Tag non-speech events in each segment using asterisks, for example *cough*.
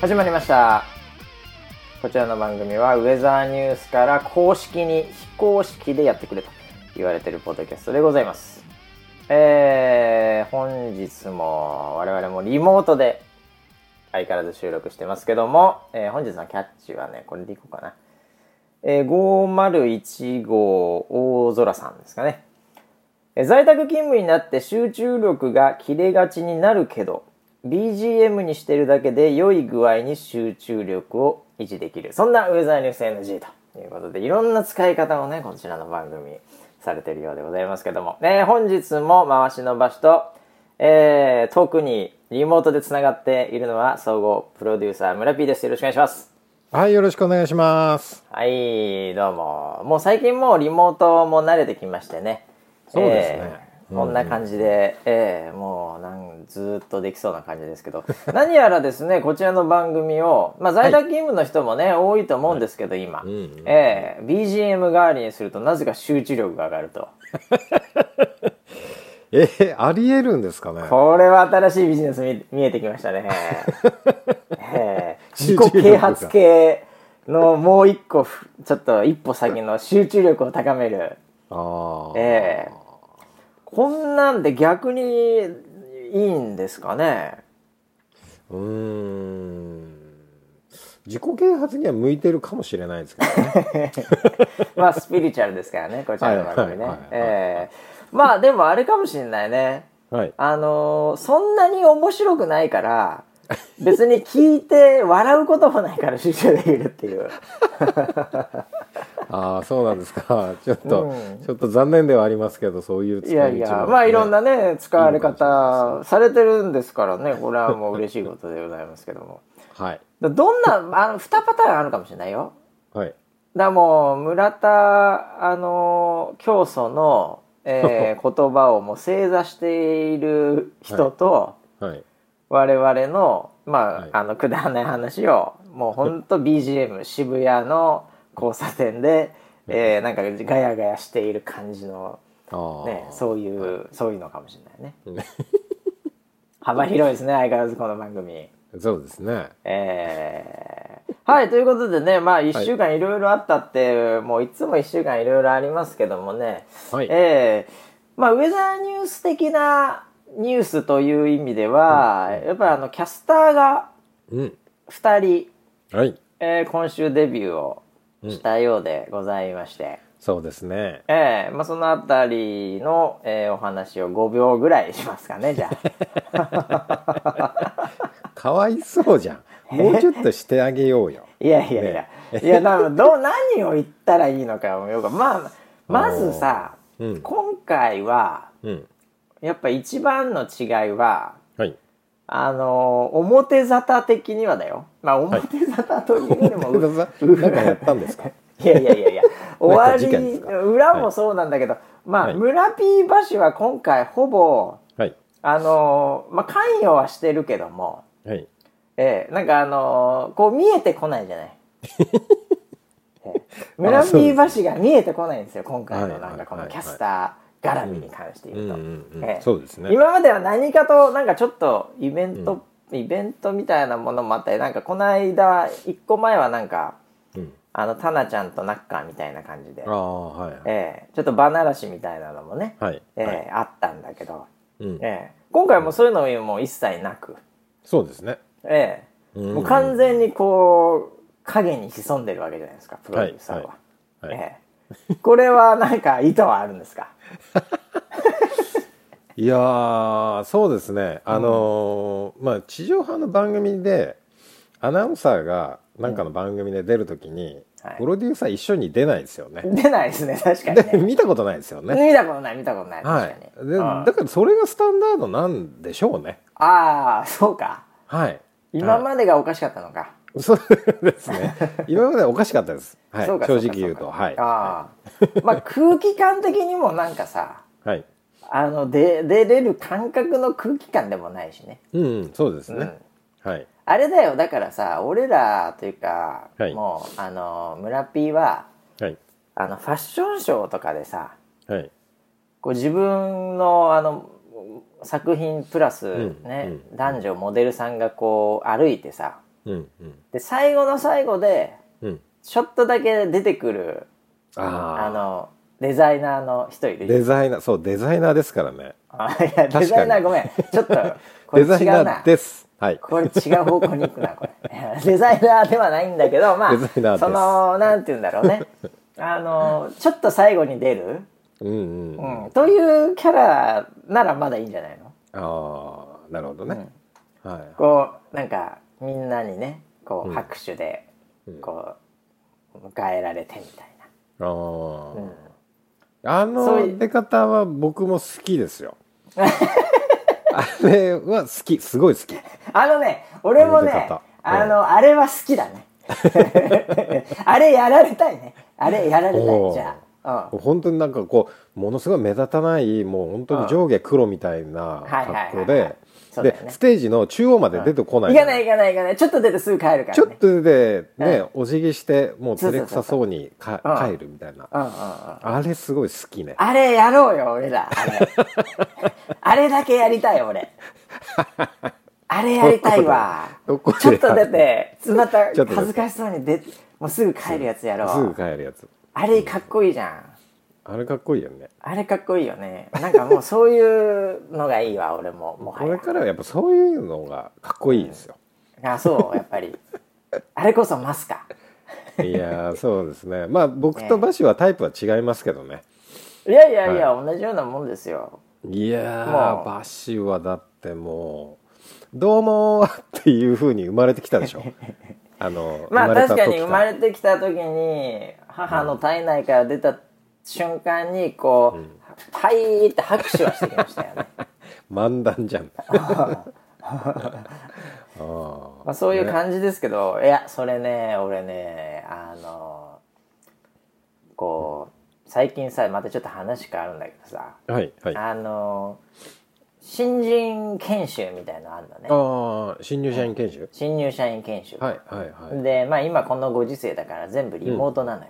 始まりましたこちらの番組はウェザーニュースから公式に非公式でやってくれと言われてるポッドキャストでございますえー、本日も我々もリモートで相変わらず収録してますけども、えー本日のキャッチはねこれでいこうかな、えー、501号大空さんですかねえー在宅勤務になって集中力が切れがちになるけど BGM にしてるだけで良い具合に集中力を維持できるそんなウェザーニュース NG ということでいろんな使い方をねこちらの番組されてるようでございますけども、えー本日も回しの場所と、えー遠くにリモートでつながっているのは総合プロデューサー村 P ですよろしくお願いしますはい、よろしくお願いします。はい、どうも。もう最近もうリモートも慣れてきましてね。そうですねえーこんな感じで、えーもうなんずーっとできそうな感じですけど *laughs* 何やらですねこちらの番組を、まあ、在宅勤務の人もね、多いと思うんですけど今、んえー BGM 代わりにするとなぜか集中力が上がるとえー、ありえるんですかね。これは新しいビジネス見見えてきましたね、 *laughs* えー自集中己力が啓発系のもう一個ふちょっと一歩先の集中力を高めるああ、ええこんなんで逆にいいんですかね *laughs* うーん。自己啓発には向いてるかもしれないです *laughs* けどね。まあスピリチュアルですからねこちらの番組ねはいはいはいはいええまあでもあれかもしれないねはい。あのーそんなに面白くない *laughs* から別に聞いて笑うこともないから集中できるって *laughs* いうああ、そうなんですか。 *laughs* ちょっと、うんちょっと残念ではありますけど、そういう使いやい道もやねまあいろんなね使われ方されてるんですからねこれはもう嬉しいことでございますけどもはい。どんなあの2パターンあるかもしれないよはい。だからもう村田あの教祖の、え *laughs* ー言葉をもう正座している人と、はい。我々のまあ,、はいあのくだらない話をもうほんと BGM 渋谷の交差点で、えーなんかガヤガヤしている感じの、ああ。ね、そういうそういうのかもしれないねうん幅広いですね相変わらずこの番組。 *laughs* そうですね。えーはい、ということでね、まあ、1週間いろいろあったって、もういつも1週間いろいろありますけどもね、はいえーまあ、ウェザーニュース的なニュースという意味では、やっぱりあの、キャスターがうん。 2人、はい。えー今週デビューをしたようでございまして、そうですね。えーまあ、そのあたりの、えーお話を5秒ぐらいしますかね、じゃあ。かわいそうじゃん。もうちょっとしてあげようよ。いやいやいや、いやなんかどう何を言ったらいいのかもよくまあまずさ、うん今回はうん。やっぱ一番の違いははい。あの表沙汰的にはだよまあ表沙汰というより *laughs* も、ごめんなさいなんかやったんですかいやいやい *laughs* やいや終わ事件でりすか裏もそうなんだけど、まあ、はい村 P 橋は今回ほぼはい。あの、まあ、関与はしてるけども、はい。ええ、なんかあのーこう見えてこないじゃ *laughs* ない。ええ村あそう見で橋が見えてこないんですよ今回はのいなんかこはのいはいキャスター絡みに関して言うと、うんうんうんええそうですね今までは何かとなんかちょっとイベント、イベントみたいなものもあったりなんかこの間一個前はなんかうん。あのタナちゃんとナッカーみたいな感じであ、あ、はい。はい。ええちょっと場慣らしみたいなのもね、はいええはいあったんだけど、うん、ええ今回もそういうのも一切なく。そうですね。ええ、うんもう完全にこう影に潜んでるわけじゃないですかプロデューサーは、はいはいええ、これはなんか意図はあるんですかいやー、そうですね。あのーまあ、地上波の番組で、アナウンサーが、なんかの番組で出るときに、はいプロデューサー一緒に出ないですよね。出ないですね確かにで、ね見たことないですよね。見たことない見たことない確はかい。に、で、ああだからそれがスタンダードなんでしょうね。ああそうかはい。今までがおかしかったのか、で。そうですね。今までおかしかったです。はい。そう正か直言うと。そかはい。ああまあ空気感的にもなんかさはい。あので出れる感覚の空気感でもないしねうん、うん、そうですね。はい。あれだよだからさ俺らというか、はいもうあの村 P ははい。あのファッションショーとかでさはい。こう自分のあの作品プラスんね、う男女モデルさんがこう歩いてさ、うんうんで最後の最後でうんちょっとだけ出てくるあああのデザイナーの一人いるじゃんデザイナーそうデザイナーですからねあいやデザイナーごめんちょっと *laughs* これデ違ザイナうーなですはいこれ違う方向に行くなこれ *laughs* デザイナーではないんだけどまあデザイナーですそのなんて言うんだろうねあのちょっと最後に出る、うんうん、うあん、というキャラならまだいいんじゃないのあーなるほどね、はいこうなんかみんなにねこううん拍手でこう迎えられてみたいあー、な、うん、あそういの出方は僕も好きです *laughs* よあれは好きすごい好きあのね俺もあのね出方あのあれは好きだ *laughs* ねあれやられたいねあれやられたおいーじゃあ、うん、本当になんかこうものすごい目立たないもう本当に上下黒みたいな格好はいはいはいはでいそうだよねでステージの中央まで出てこない行かない行かない行かないちょっと出てすぐ帰るからねちょっとでね、うお辞儀してもう照れくさそうにかそうそうそう帰るみたいなうんうんうんあれすごい好きねあれやろうよ俺らあ *laughs* れあれだけやりたい俺あれやりたいわど *laughs* こでちょっと出てまたちょっと出て恥ずかしそうに出もうすぐ帰るやつやすろぐう帰るやつあれかっこいいじゃんあれかっこいいよねあれかっこいいよねなんかもうそういうのがいいわ *laughs* 俺ももはこれやからはやっぱそういうのがかっこいいですよ、あそうやっぱり *laughs* あれこそマスかいやーそうですねまあ僕とバシはタイプは違いますけどねいやいやいや、同じようなもんですよいやもーうバシはだってもう「どうもー」っていうふうに生まれてきたで *laughs* しょあのまあ確かに生まれれてきた時に母の体内から出た瞬間にこう、はいーって拍手はしてきましたよ *laughs* ね漫談じ *laughs* ゃん *laughs* あまあそういう感じですけど、いやそれね俺ねあのこう最近さまたちょっと話変わるんだけどさあはいはいああの新人研修みたいのあるのねあー新入社員研修新入社員研修、はいはいはいでまあ今このご時世だから全部リモートなのよ、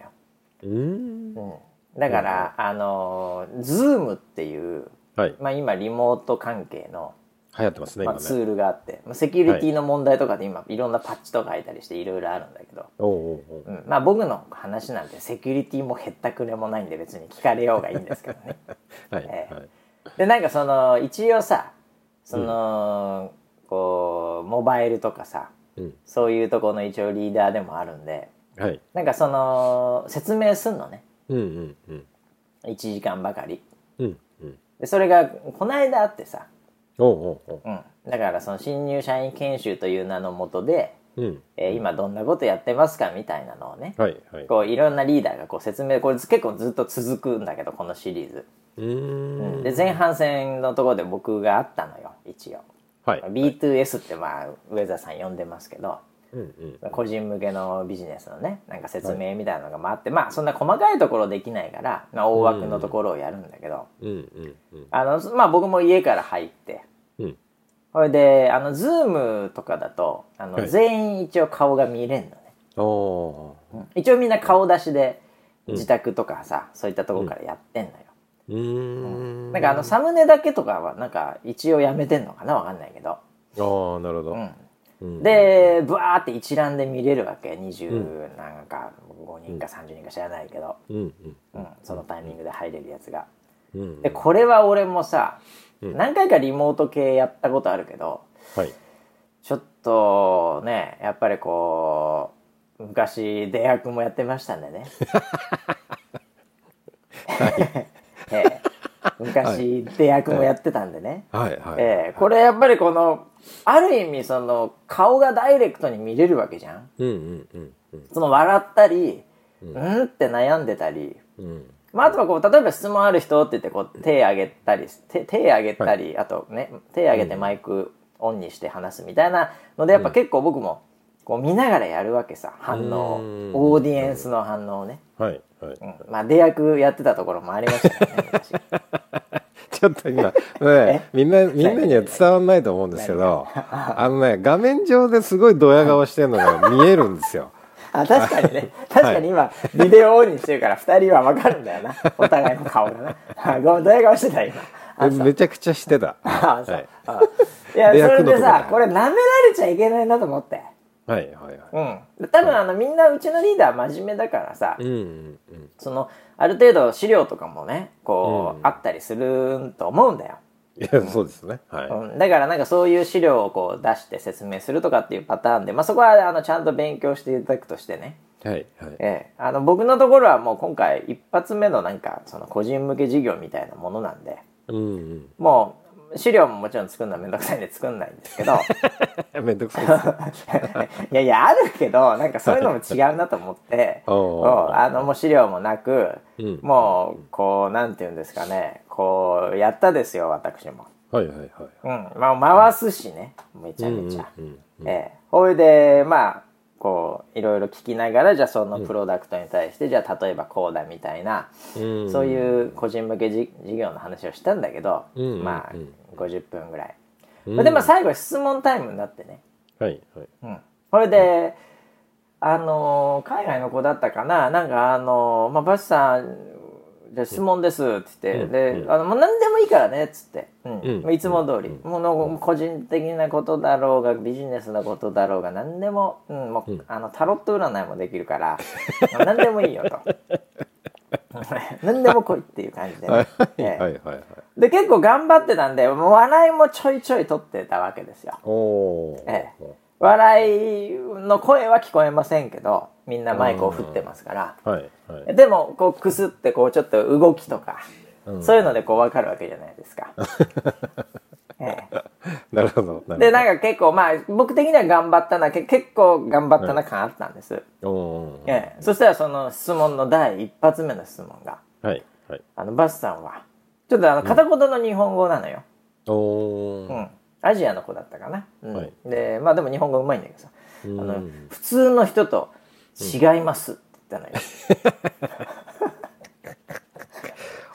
うーんうんだから、あのー Zoom っていう、はいまあ、今リモート関係の、流行ってますねま今あ、ねツールがあって、まあ、セキュリティの問題とかで今いろんなパッチとか入ったりしていろいろあるんだけど、おうおうおううん、まあ僕の話なんてセキュリティもへったくれもないんで別に聞かれようがいいんですけどね。はいええはいでなんかその一応さその、こうモバイルとかさうんそういうとこの一応リーダーでもあるんではいなんかその説明すんのねうんうんうん1時間ばかり。うんうんでそれがこの間あってさ、おうおうおううん、だからその新入社員研修という名のもとで、うんえー今どんなことやってますかみたいなのをねはいはいこういろんなリーダーがこう説明これ結構ずっと続くんだけどこのシリーズ、うーんで前半戦のところで僕があったのよ一応はい B2S ってまあウェザーさん呼んでますけどうんうん個人向けのビジネスのねなんか説明みたいなのがまあって、まあそんな細かいところできないから、まあ、大枠のところをやるんだけど、うんうんうんあのまあ僕も家から入ってうんそれであの Zoom とかだとあの、はい全員一応顔が見れんのねおお一応みんな顔出しで自宅とかさ、そういったとこからやってんのよ、うーんなんかあのサムネだけとかはなんか一応やめてんのかなわかんないけど、ああなるほうんど、うんでブワーって一覧で見れるわけ20なんか5人か30人か知らないけど、うんうんそのタイミングで入れるやつがうんうんでこれは俺もさ、うん何回かリモート系やったことあるけど、はいちょっとねやっぱりこう昔出役もやってましたんでね、 *laughs* ええ昔出役もやってたんでね、はいはいええこれやっぱりこのある意味その顔がダイレクトに見れるわけじゃんうんうんうんうんその笑ったり、うんって悩んでたり、うんまあ、あとはこう例えば質問ある人って言ってこう手挙げたり手手挙げたり、あとね手挙げてマイクオンにして話すみたいなのでやっぱ結構僕もこう見ながらやるわけさ反応をうんオーディエンスの反応をね、はいはいうんまあ出役やってたところもありましたけどね私ちょ *laughs* っと今ねみんなみんなには伝わんないと思うんですけどあのね画面上ですごいドヤ顔してるの *laughs* が見えるんですよあ確かにね確かに今ビデオオンにしてるから2人は分かるんだよなお互いの顔がなあごめんドヤ顔してた今あそうめちゃくちゃしてたあそうはいあいや出そ役れのとこでだからさこれ舐められちゃいけないなと思って。はいはいはうん、多分あのみんなうちのリーダー真面目だからさ、いうんうんそのある程度資料とかもねこう、うんあったりすると思うんだよ、いやそうですねはい、うん、だからなんかそういう資料をこう出して説明するとかっていうパターンで、まあ、そこはあのちゃんと勉強していただくとしてね、はいはいええ、あの僕のところはもう今回一発目のなんかその個人向け事業みたいなものなんで *laughs* うんもう資料ももちろん作るのはめんどくさいんで作んないんですけどうんめんどくさいですねいやいやあるけどなんかそういうのも違うなと思って *laughs* おうおうお *laughs* ううんあのもう資料もなく、うんもうこうなんて言うんですかねこうやったですよ私も、はいはいはいうんまあ、回すしねめちゃめちゃ、うんうんうんええほいでまあこういろいろ聞きながらじゃあそのプロダクトに対して、じゃあ例えばこうだみたいな、うんそういう個人向けじ事業の話をしたんだけど、うんうんうんまあ50分ぐらい、うんでまあ最後質問タイムになってね、はいはいうん、それで、あのー海外の子だったかななんかあのーまあ、バスさんじゃあ質問ですって言って、うんで、うんあのもう何でもいいからねっつって、うんうんもういつも通り、もうの個人的なことだろうがビジネスのことだろうが何でも,、うんもううんあのタロット占いもできるからまあ何でもいいよと *laughs* 何でも来いっていう感じで、ねはいええはいはいはいで結構頑張ってたんでもう笑いもちょいちょい取ってたわけですよ。おおーえ笑いの声は聞こえませんけどみんなマイクを振ってますから、はいはいでもこうくすってこうちょっと動きとか、うんそういうのでこう分かるわけじゃないです *laughs* か。ええなるほどなるほどでなんか結構まあ僕的には頑張ったなけ結構頑張ったな感あったんです、おおーええそしたらその質問の第一発目の質問がはいはいあのバスさんはちょっとあの片言の日本語なのよ、おおうーん、アジアの子だったかな、うんはいでまあでも日本語うまいんだけどさうあのん普通の人と違いますって言ったのよ、 *laughs*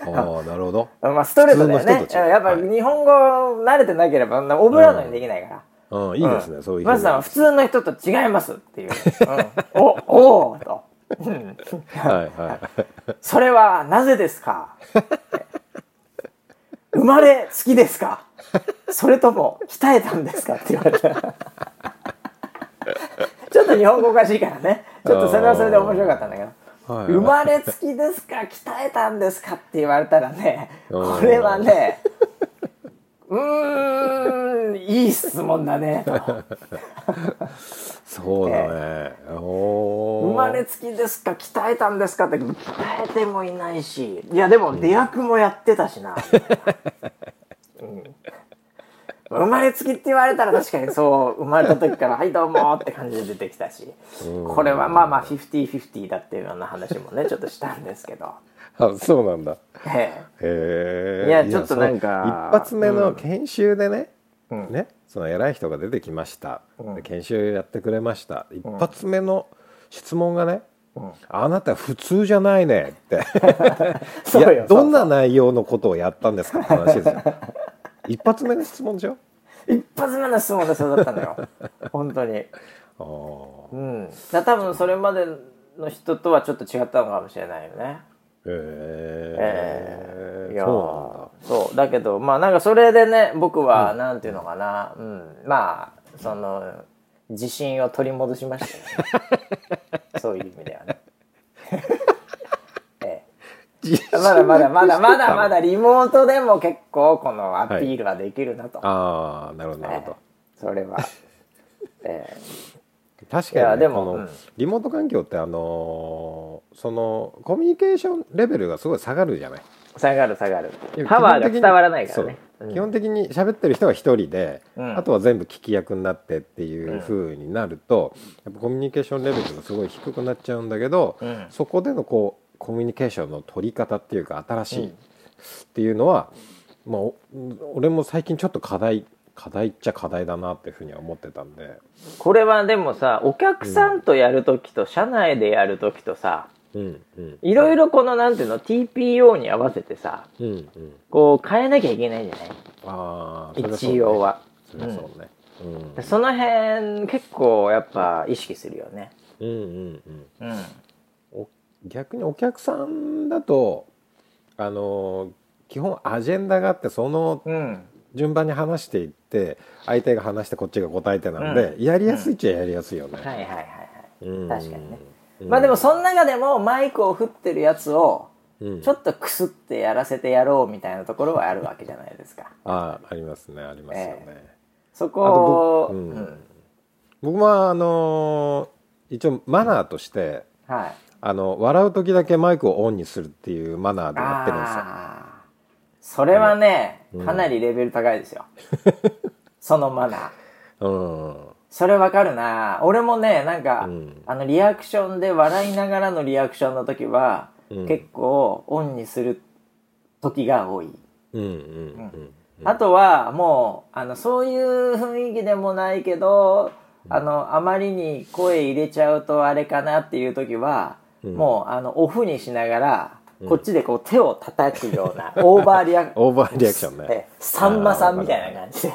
ああなるほどまあストレートだよ普ね通の人と違ううんやっぱ日本語慣れてなければあんなオブラートにできないから、うんいいですねそういうマスさんは普通の人と違いますっていう、うん、おおおと、うん、はいはい *laughs* それはなぜですか生まれつきですかそれとも鍛えたんですかって言われたちょっと日本語おかしいからねちょっとそれはそれで面白かったんだけどはい生まれつきですか鍛えたんですかって言われたらねこれはねうーんいい質問だねとそうだねおお生まれつきですか鍛えたんですかって鍛えてもいないしいやでも出役もやってたしな、うん生まれつきって言われたら確かにそう生まれた時から「はいどうも」って感じで出てきたしこれはまあまあ50/50だっていうような話もねちょっとしたんですけど。あそうなんだええへえいやちょっとなんか一発目の研修でね、ねその偉い人が出てきました、で研修やってくれました一発目の質問がね、あなた普通じゃないねってい *laughs* そうよやどんな内容のことをやったんですかって話です *laughs* よ一発目の質問でしょ一発目の質問でそうだったのよ本当にあーうんだから多分それまでの人とはちょっと違ったのかもしれないよねへえいやーそそうだけどまあなんかそれでね僕はなんていうのかな、うんまあその自信を取り戻しま *laughs* したよねそういう意味ではね、ええうなん *laughs* だまだまだまだまだまだリモートでも結構このアピールはできるなと、ああなるほどなるほど、それは、ええ確いかやに、でね、もこのうんリモート環境ってあのーそのコミュニケーションレベルがすごい下がるじゃない下がる下がるパワーが伝わらないからねそう基本的に喋ってる人は一人で、うんあとは全部聞き役になってっていう風になると、やっぱコミュニケーションレベルがすごい低くなっちゃうんだけど、うんそこでのこうコミュニケーションの取り方っていうか新しいっていうのは、まあ、お俺も最近ちょっと課題課題っちゃ課題だなっていうふうには思ってたんで、これはでもさお客さんとやるときと社内でやるときとさうんうん、いろいろこのなんていうの TPO に合わせてさうんうんこう変えなきゃいけないじゃないああ一応はそりゃそうね、うん、うんその辺結構やっぱ意識するよねうんうんうんお逆にお客さんだとあのー基本アジェンダがあってそのうん順番に話していって相手が話してこっちが答えてなんで、やりやすいっちゃやりやすいよね、はいはいはいはい。うん確かにねうんまあでもその中でもマイクを振ってるやつをうんちょっとくすってやらせてやろうみたいなところはあるわけじゃないですか。ああありますねありますよね、そあこを、僕ううんん、僕もあのー一応マナーとしてはい。あの笑う時だけマイクをオンにするっていうマナーでやってるんですよあーそれはね、かなりレベル高いです *laughs* よ。そのマナー。うんそれわかるな俺もね、なんか、うんあの、リアクションで笑いながらのリアクションの時は、うん結構オンにする時が多い。うんうんあとはもうあのそういう雰囲気でもないけどあのあまりに声入れちゃうとあれかなっていう時は、うんもうあのオフにしながら、こっちでこう手を叩くようなオーバーリアク *laughs* オーバーリアクションねえ *laughs* さんまさんみたいな感じで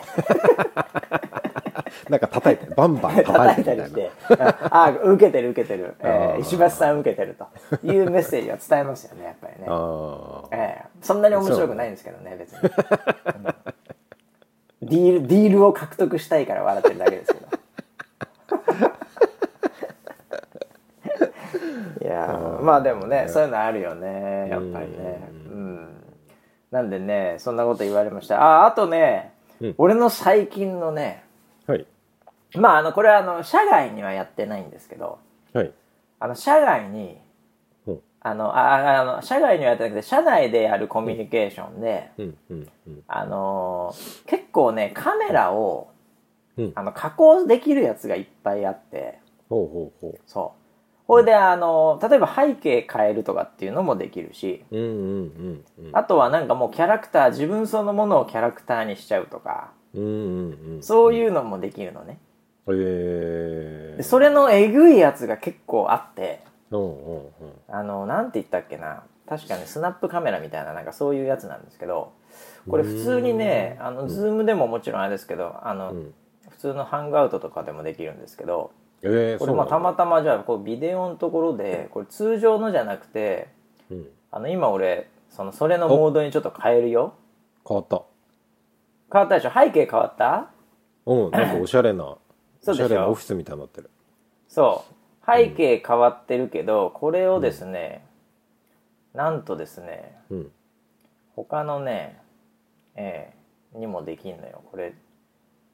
なんか叩いてバンバン叩 *laughs* 叩いいたてりみたいしなて「ああ受けてる受けてる、えーあー石橋さん受けてる」というメッセージは伝えますよねやっぱりね。 *laughs* ああええ、そんなに面白くないんですけどね別に、うんディールディールを獲得したいから笑ってるだけ *laughs* ですけどいやーまあでもねそういうのあるよねやっぱりねうんなんでねそんなこと言われましたああとね、うん俺の最近のねはいまああのこれはあの社外にはやってないんですけどはいあの社外にうんあのああの社外にはやってなくて社内でやるコミュニケーションで、うんうんうんあのー結構ねカメラをうんあの加工できるやつがいっぱいあってほうほうほそうこれで、あのー例えば背景変えるとかっていうのもできるしううんうんうんうんあとはなんかもうキャラクター自分そのものをキャラクターにしちゃうとかうんうんうんそういうのもできるのねええでそれのえぐいやつが結構あってうんうんうんあのなんて言ったっけな確かねスナップカメラみたいななんかそういうやつなんですけどこれ普通にねあのズームでももちろんあれですけどあの、ん普通のハングアウトとかでもできるんですけどええこれまあたまたまじゃあこうビデオのところでこれ通常のじゃなくてうんあの今俺そのそれのモードにちょっと変えるよ変わった変わったでしょ背景変わったうんなん *laughs* かおしゃれなそうでしょおしゃれなオフィスみたいになってるそう背景変わってるけどこれをですね、なんとですねうん他のね、えーにもできんのよこれ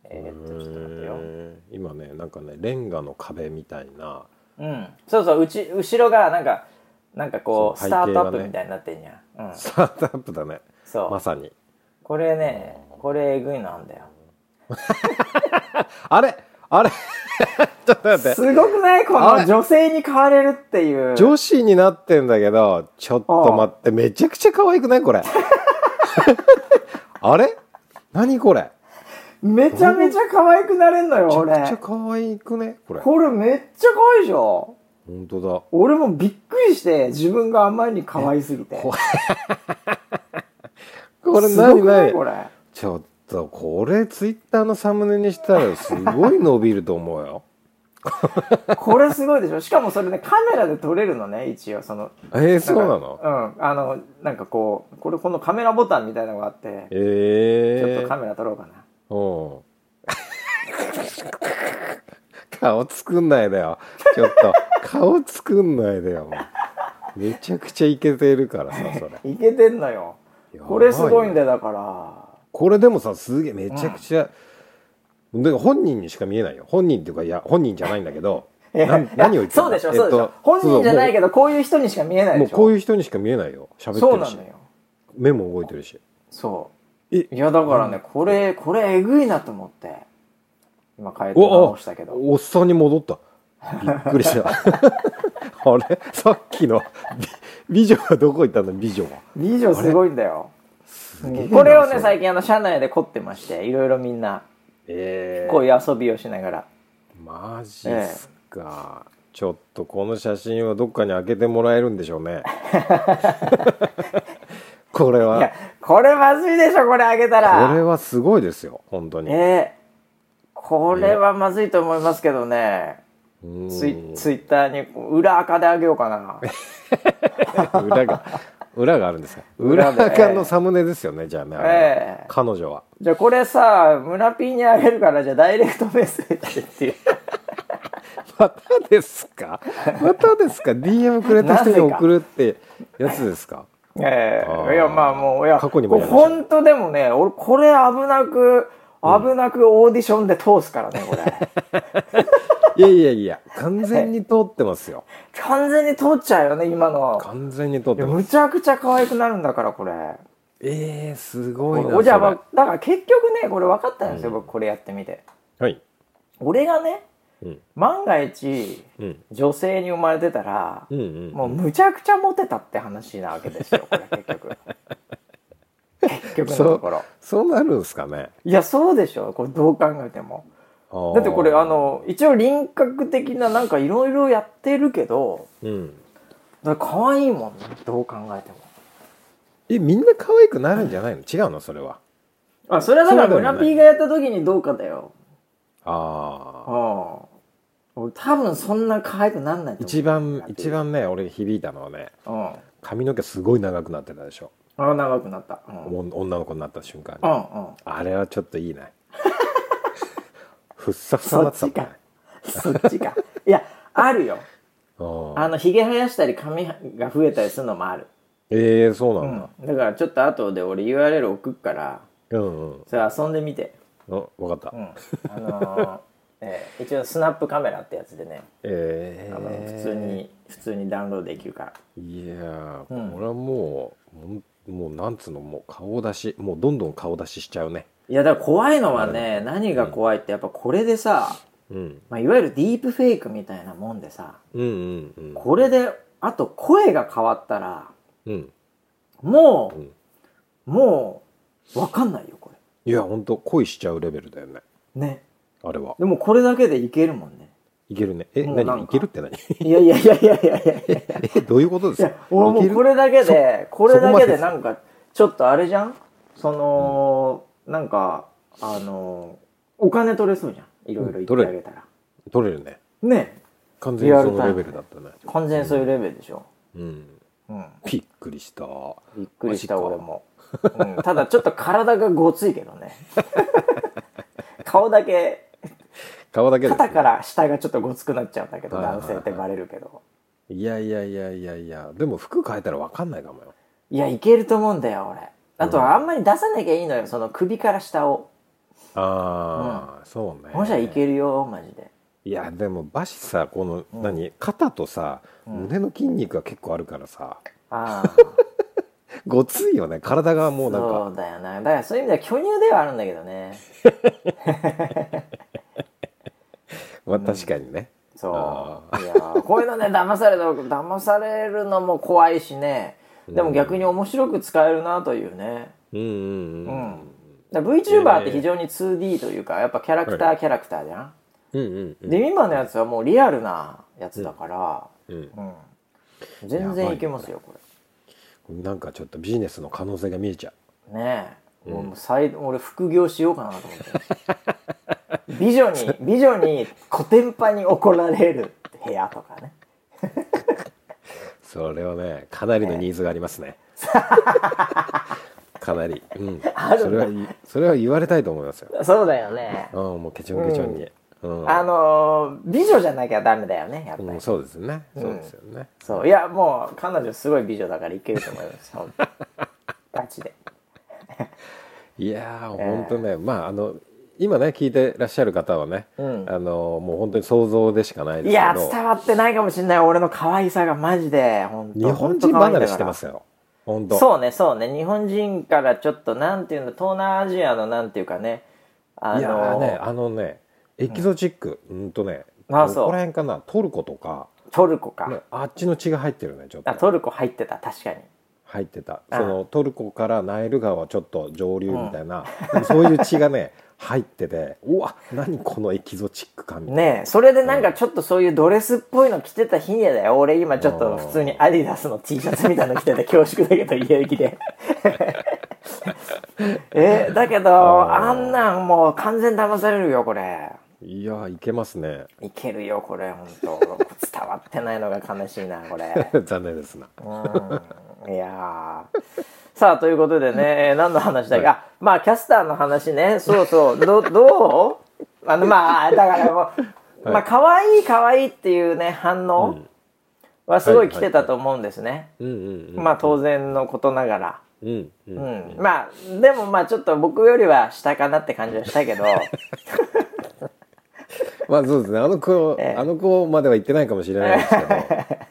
えーっとちょっと待ってよえー今ねなんかねレンガの壁みたいなうんそうそううち後ろがなんかなんかこうそうスタートアッ背景がプねみたいになってんじゃん、うんスタートアップだねそう、まさにこれねこれえぐいのあんだよあれあれ *laughs* ちょっと待ってすごくないこあのれ女性に買われるっていう女子になってんだけどちょっと待ってめちゃくちゃ可愛くないこれ *laughs* あれ何これめちゃめちゃ可愛くなれんのよめちゃくちゃ俺可愛くねこれこれめっちゃ可愛いでしょ本当だ俺もびっくりして自分があまりに可愛すぎてここれすご何くない何これちょっとこれツイッターのサムネにしたらすごい伸びると思うよこれすごいでしょしかもそれねカメラで撮れるのね一応そのえー、そ *laughs* うななんのかうんあのなんかこうこれこのカメラボタンみたいなのがあってえちえょっとカメラ撮ろうかなうん顔作んないでよちょっと顔作んないでよもうめちゃくちゃイケてるからさそれいけてんのよやば *laughs* いこれすごいんだよだからこれでもさすげえめちゃくちゃ、で本人にしか見えないよ本人っていうかいや本人じゃないんだけ *laughs* どなん何を言ってそうでしょ、そうでしょ。本人じゃないけどど、こういう人にしか見えないもでうしょ。こういう人にしか見えないよ喋っそてうるなしのよ。目も動いてるしそえう。いや、だからね、これ、これ、えぐいなと思って。今、変えてお直おしたけど。おっさんに戻ったびっく *laughs* りしたあれさっきの美美女はどこ行ったんだ美女は美女すごいんだよ。げえなこれをそね、れ最近、あの、社内で凝ってまして、いろいろみんな、えこういう遊びをしながら。マジっすか、ちょっとこの写真はどっかに開けてもらえるんでしょ *laughs* うねこれいやは、これまずいでしょ、これあげたら。これはすごいですよ本当に、ねこれはまずいと思いますけどね。うん *laughs* ツイツイッターに、裏垢であげようかな。裏が裏があるんですか裏裏で側のサムネですよね、じゃあねあれはええ彼女はじゃあこれさ村ピーにあげるからじゃあダイレクト *laughs* メッセージっていうまたですかまたですか DM くれた人に送るってやつですかええあーいやまあもういや過去にもやりました本当でもね俺これ危なく危なくオーディションで通すからねこ *laughs* れいやいやいや完全に通ってますよ完全に通っちゃうよね今の完全に通っいてやますむちゃくちゃ可愛くなるんだからこれえー、すごいなおじゃあまあそだから結局ねこれ分かったんですよ、僕これやってみてれはい俺がねうん万が一うん女性に生まれてたら、うんうんもうむちゃくちゃモテたって話なわけです *laughs* よこれ結局結局のところそうなるんですかねいやそうでしょこれどう考えてもあーだってこれあの一応輪郭的ななんかいろいろやってるけどうんだから可愛いもんねどう考えてもえみんな可愛くなるんじゃないの違うのそれはあそれはだからそうだよね村ピーがやった時にどうかだよああああ俺多分そんな可愛くなんないと思う一番村ピー一番ね俺響いたのはねうん髪の毛すごい長くなってたでしょあ長くなったうんうんうんおん女の子になった瞬間にうんあれはちょっとい *laughs* いねふっさふさそになっってたちもんねかそっちかいやあるようんあのひげ生やしたり髪が増えたりするのもある、ええそうなんだだからちょっと後で俺 URL 送っからうんうんそれ遊んでみて、あ分かった、うんあのー *laughs* えー一応スナップカメラってやつでね、えあのえ普通に普通にダウンロードできるからいやー、うんこれはもうもうもうなんつうのもう顔出しもうどんどん顔出ししちゃうねいやだから怖いのはね、何が怖いってやっぱこれでさ、うんまあ、いわゆるディープフェイクみたいなもんでさうんうんうんこれであと声が変わったらうんもう、うんもう分かんないよこいや本当恋しちゃうレベルだよねれねあれはでもこれだけでいけるもんねいけるねえもうなんか何いけるって何 *laughs* いやいやいやいやいやいやえどういうことでいすやか俺もいうけるこれだけでこれだけでなんかちょっとあれじゃんその、なんかあのお金取れそうじゃんいろいろ言ってあげたら、取れるねね完全にそのレベルだったね完全にそういうレベルでしょ、うんうん、びっくりしたびっくりしたマジか俺も、うん、ただちょっと体がごついけどね顔だけ顔だけです、肩かね、ら下がちょっとごつくなっちゃうんだけどはいはいはい男性ってバレるけどいやいやいやいやいやでも服変えたら分かんないかもよいやいけると思うんだよ俺あとはあんまり出さなきゃいいのよその首から下をああ、そうねもしはいけるよマジでいやでもバシさこの、うん何肩とさ胸の筋肉が結構あるからさ、ああごついよね体がもうなんかそうだよなだからそういう意味では巨乳ではあるんだけどねまあ確かにね、そういやーこういうのね騙された騙されるのも怖いしねでも逆に面白く使えるなというね、うん、うんうんううんん、だから VTuber って非常に 2D というかやっぱキャラクターキャラクターじゃん、うんうんうんで今のやつはもうリアルなやつだから、うんうん全然いけますよこなんかちょっとビジネスの可能性が見えちゃれねえ、もう最俺副業しようかなと思って *laughs* 美女に美女にコテンパンに怒られる部屋とかねうそれはねかなりのニーズがあります *laughs* ね、かなり、うん、あるそれはいそれは言われたいと思いますよそうだよねうんもうケチョンケチョンに、うんあのー美女じゃなきゃダメだよねやっぱり、うん、そうですねそうですよね、そういやもう彼女すごい美女だからいけると思います本 *laughs* 当にガチでいやー本当ね、まああの今ね聞いてらっしゃる方はね、うんあのもう本当に想像でしかないでいすけやど伝わってないかもしれない俺の可愛さがマジで本当日本人離れしてますすよ本当そうねそうね日本人からちょっとなんていうの東南アジアのなんていうかねあいやーの、ねあのねエキゾチックうんとねあどそうこら辺かなトルコとか、トルコか、ね、あっちの血が入ってるねちょっとあトルコ入ってた確かに入ってたあそのトルコからナイル川ちょっと上流みたいな、でも *laughs* そういう血がね入っててうわ何このエキゾチック感みたいな、ねえそれでなんかちょっとそういうドレスっぽいの着てた日にだよ俺今ちょっと普通にアディダスの T シャツみたいなの着てて恐縮だけど家行きで *laughs* えだけどあーあんなんもう完全騙されるよこれいやーいけますね *laughs* いけるよ *laughs* これ本当伝わってないのが悲しいなこれ残念ですなうんいやーさあということで *laughs* ね、えー何の話だっけ、あまあキャスターの話ねそうそうどどうあのまあだから *laughs* もう、まあ可愛い可愛いっていうね反応はすごい来てたと思うんですね、うんうんまあ当然のことながら、うんうんうんまあでもまあちょっと僕よりは下かなって感じはしたけどまあそうですねあの子、ええあの子までは行ってないかもしれないですけ *laughs*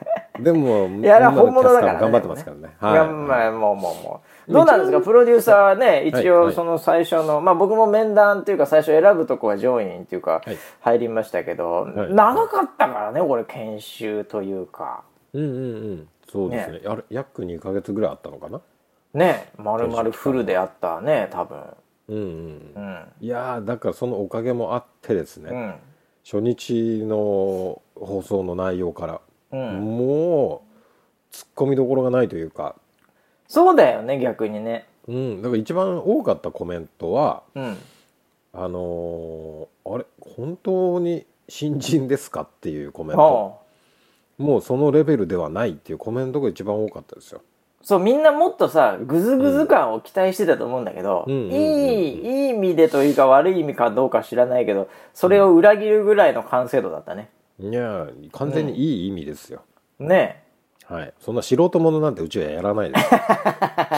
どでもいやあれは今の本物だからねキャスターも頑張ってますからねいやはいまあもうもうもうどうなんですかプロデューサーはね一はい応はいその最初の、まあ僕も面談っていうか最初選ぶとこは上位っていうかはい入りましたけど、い長かったからねこれ研修というかうんうんうんそうですねあれ約2か月ぐらいあったのかなね丸々フルであったね多分うんうんううんんいやーだからそのおかげもあってですね、うん初日の放送の内容から、うんもう突っ込みどころがないというか、そうだよね逆にねうん、だから一番多かったコメントはうん「あのーあれ本当に新人ですか?」っていうコメントおもうそのレベルではないっていうコメントが一番多かったですよ。うそうみんなもっとさグズグズ感を期待してたと思うんだけど、うんうんうんいいいい意味でというか悪い意味かどうか知らないけどそれを裏切るぐらいの完成度だったねいやー完全にいい意味ですよ。ねはい、そんな素人ものなんてうちはやらないです *laughs* 企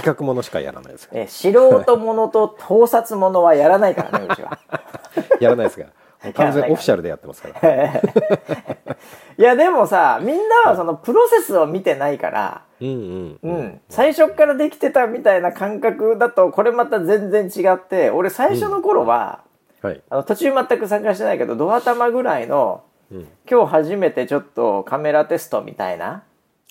画ものしかやらないですええ素人ものと盗撮ものはやらないから *laughs* ねうちはやらないですからもう完全オフィシャルでやってますから *laughs* いやでもさみんなはそのプロセスを見てないからうんうんうん、最初からできてたみたいな感覚だとこれまた全然違って俺最初の頃は、はいあの途中全く参加してないけどドア玉ぐらいのうん今日初めてちょっとカメラテストみたいな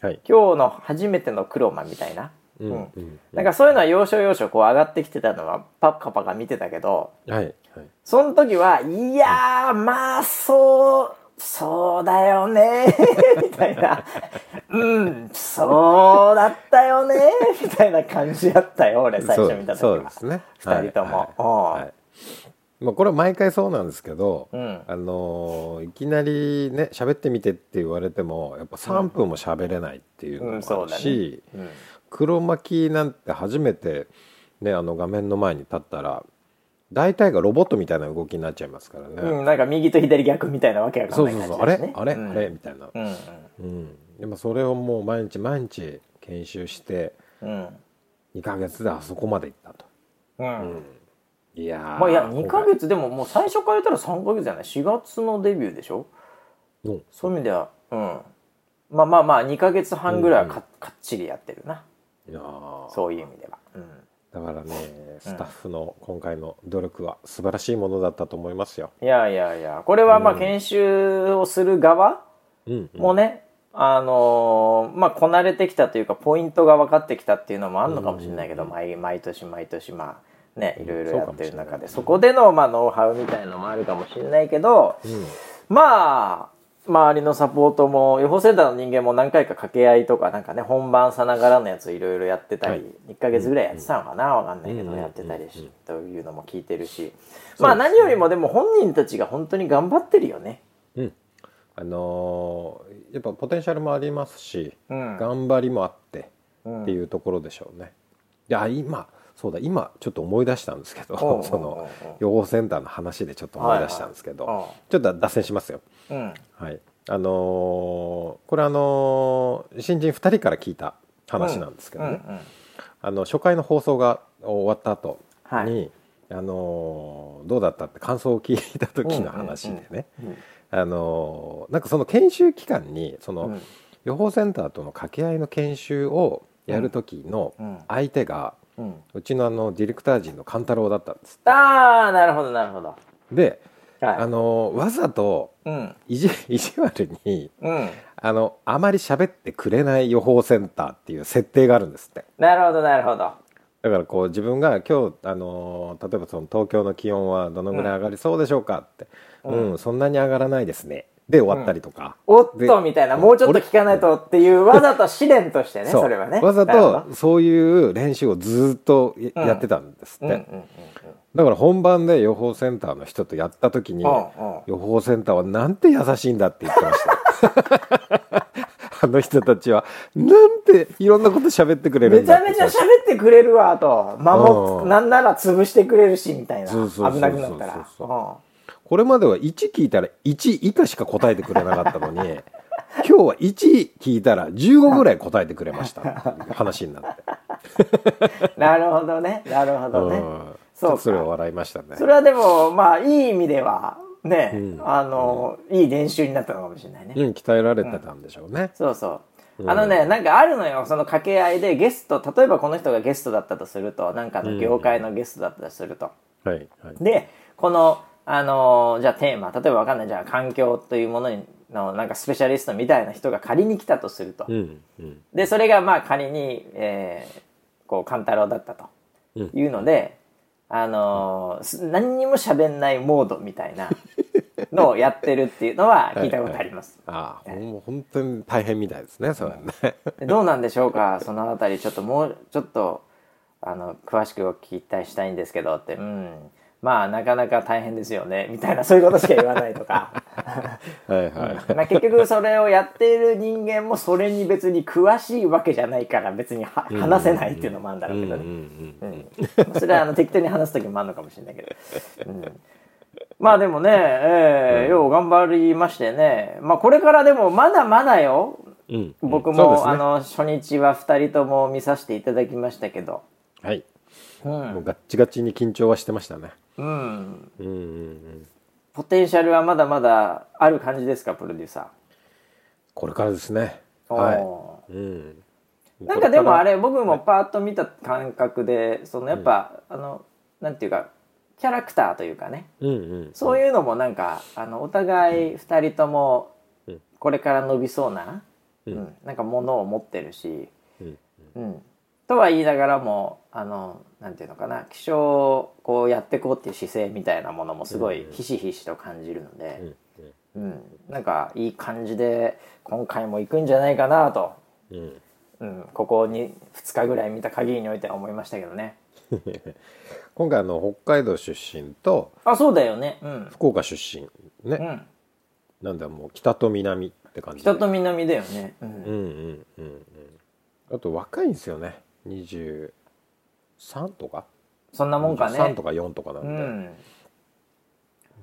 はい今日の初めてのクロマみたいな、うんうんなんかそういうのは要所要所こう上がってきてたのはパッカパカ見てたけどはいはいその時はいやーまあそうそうだよね *laughs* みたい *laughs* なうんそうだったよねみたいな感じだったよ俺最初見た時そうそうはですね2人とも、はいはいはいまあ、これは毎回そうなんですけど、うんあのーいきなりね喋ってみてって言われてもやっぱ3分も喋れないっていうのうんもそあうるだねし、黒巻きなんて初めて、ね、あの画面の前に立ったら大体がロボットみたいな動きになっちゃいますからね、うんうんなんか右と左逆みたいなわけわかそんうないそう感じそう、だしねあれあれ、うんあれみたいな、うんうんうん、でもそれをもう毎日毎日研修してうん2ヶ月であそこまで行ったとうんいやーまあいや2今回ヶ月でももう最初から言ったら3ヶ月じゃない4月のデビューでしょうんそういう意味ではうんまあまあまあ2ヶ月半ぐらいはか,、かっちりやってるないやーそういう意味では、うだからねスタッフの今回の努力は素晴らしいものだったと思いますよ。ん、いやいやいやこれはまあ研修をする側うんうんもね、あのーまあこなれてきたというかポイントが分かってきたっていうのもあるのかもしれないけど、毎毎年毎年まあねいろいろやってる中でそ,、こでのまあノウハウみたいのもあるかもしれないけど、まあ周りのサポートも予報センターの人間も何回か掛け合いとかなんかね本番さながらのやついろいろやってたり、はい1ヶ月ぐらいやってたのかな分かんないけうんどうんやってたりしというのも聞いてるしまあ何よりもでも本人たちが本当に頑張ってるよね。うんあのーやっぱポテンシャルもありますし、うん頑張りもあってうんっていうところでしょうね。いや今そうだ今ちょっと思い出したんですけどおうおうおうおうその予防センターの話でちょっと思い出したんですけど、はいはいうんちょっと脱線しますよ。うんはい、あのーこれあのー新人2人から聞いた話なんですけどね、うんうんあの初回の放送が終わった後はに、いあのーどうだったって感想を聞いた時の話でね、あのーなんかその研修期間にその、うん予報センターとの掛け合いの研修をやる時のうん相手が、うんうちのあのディレクター陣の勘太郎だったんです。ああなるほどなるほどはで、いあのーわざとうん意地意地悪にうんあのあまり喋ってくれない予報センターっていう設定があるんですってなるほどなるほどだからこう自分が今日あのー例えばその東京の気温はどのぐらい上がりそうでしょうかって、うんそんなに上がらないですねで終わったりとか、おっでとみたいなもうちょっと聞かないとっていうわざと試練としてねうそれはねわざなるほどとそういう練習をずーっとややってたんですって、うんうんだから本番で予報センターの人とやった時に、うんうん予報センターはなんて優しいんだって言ってました。 *laughs* あの人たちはなんていろんなこと喋ってくれるめんちだゃってめちゃ喋ってくれるわと守っうんなんなら潰してくれるしみたいなそうそうそうそう危なくなったらそううんこれまでは1聞いたら1以下しか答えてくれなかったのに *laughs* 今日は1聞いたら15ぐらい答えてくれまし *laughs* たっていう話になって、なるほどねなるほうどねん、ちそうょかっとそれは笑いましたねそれはでもまあいい意味ではね、あの、いい練習になったのかもしれないね、うん鍛えられてたんでしょうね、そうそうあのね、なんかあるのよその掛け合いでゲスト例えばこの人がゲストだったとするとなんかの業界のゲストだったとすると、はいはいでこの、あのーじゃあテーマ例えばわかんないじゃあ環境というものにのなんかスペシャリストみたいな人が仮に来たとすると、うんうんでそれがまあ仮に、えーこう勘太郎だったとうんいうので、あのーす何にも喋んないモードみたいなのをやってるっていうのは聞いたことあります。ああ、ほん本当に大変みたいですねそれはねでどうなんでしょうかそのあたりちょっともうちょっとあの詳しくお聞きたいしたいんですけどってうんまあなかなか大変ですよねみたいなそういうことしか言わないとか。はいは *laughs* い、まあ結局それをやっている人間もそれに別に詳しいわけじゃないから別には話せないっていうのもあるんだろうけどうんうねんうんまあそれはあの適当に話す時もあるのかもしれないけど、うんまあでもね、えーよう頑張りましてね、まあ、これからでもまだまだようんうん僕そうも、ですねあの初日は2人とも見させていただきましたけど、はい、うんもうガッチガチに緊張はしてましたねうん、うんうんうんポテンシャルはまだまだある感じですかプロデューサこれからですねー。はおーい、うん、なんかでもあれ僕もパーッと見た感覚でそのやっぱ、あのなんていうかキャラクターというかねうんうんそういうのもなんかあのお互い2人ともうんこれから伸びそうな、ううんんなんかものを持ってるし、うんうん、とは言いながらもあのなんていうのかな気象をこうやっていこうっていう姿勢みたいなものもすごいひしひしと感じるのうで、んうん、なんかいい感じで今回も行くんじゃないかなとうんうんうん、ここに2日ぐらい見た限りにおいては思いましたけどね今回あの北海道出身とあそうだよねうん、福岡出身ね、うん、なんだもう北と南って感じで北と南だよね、うんうんうんうんうんあと若いんですよね23とかそんなもんかね3とか4とかなうん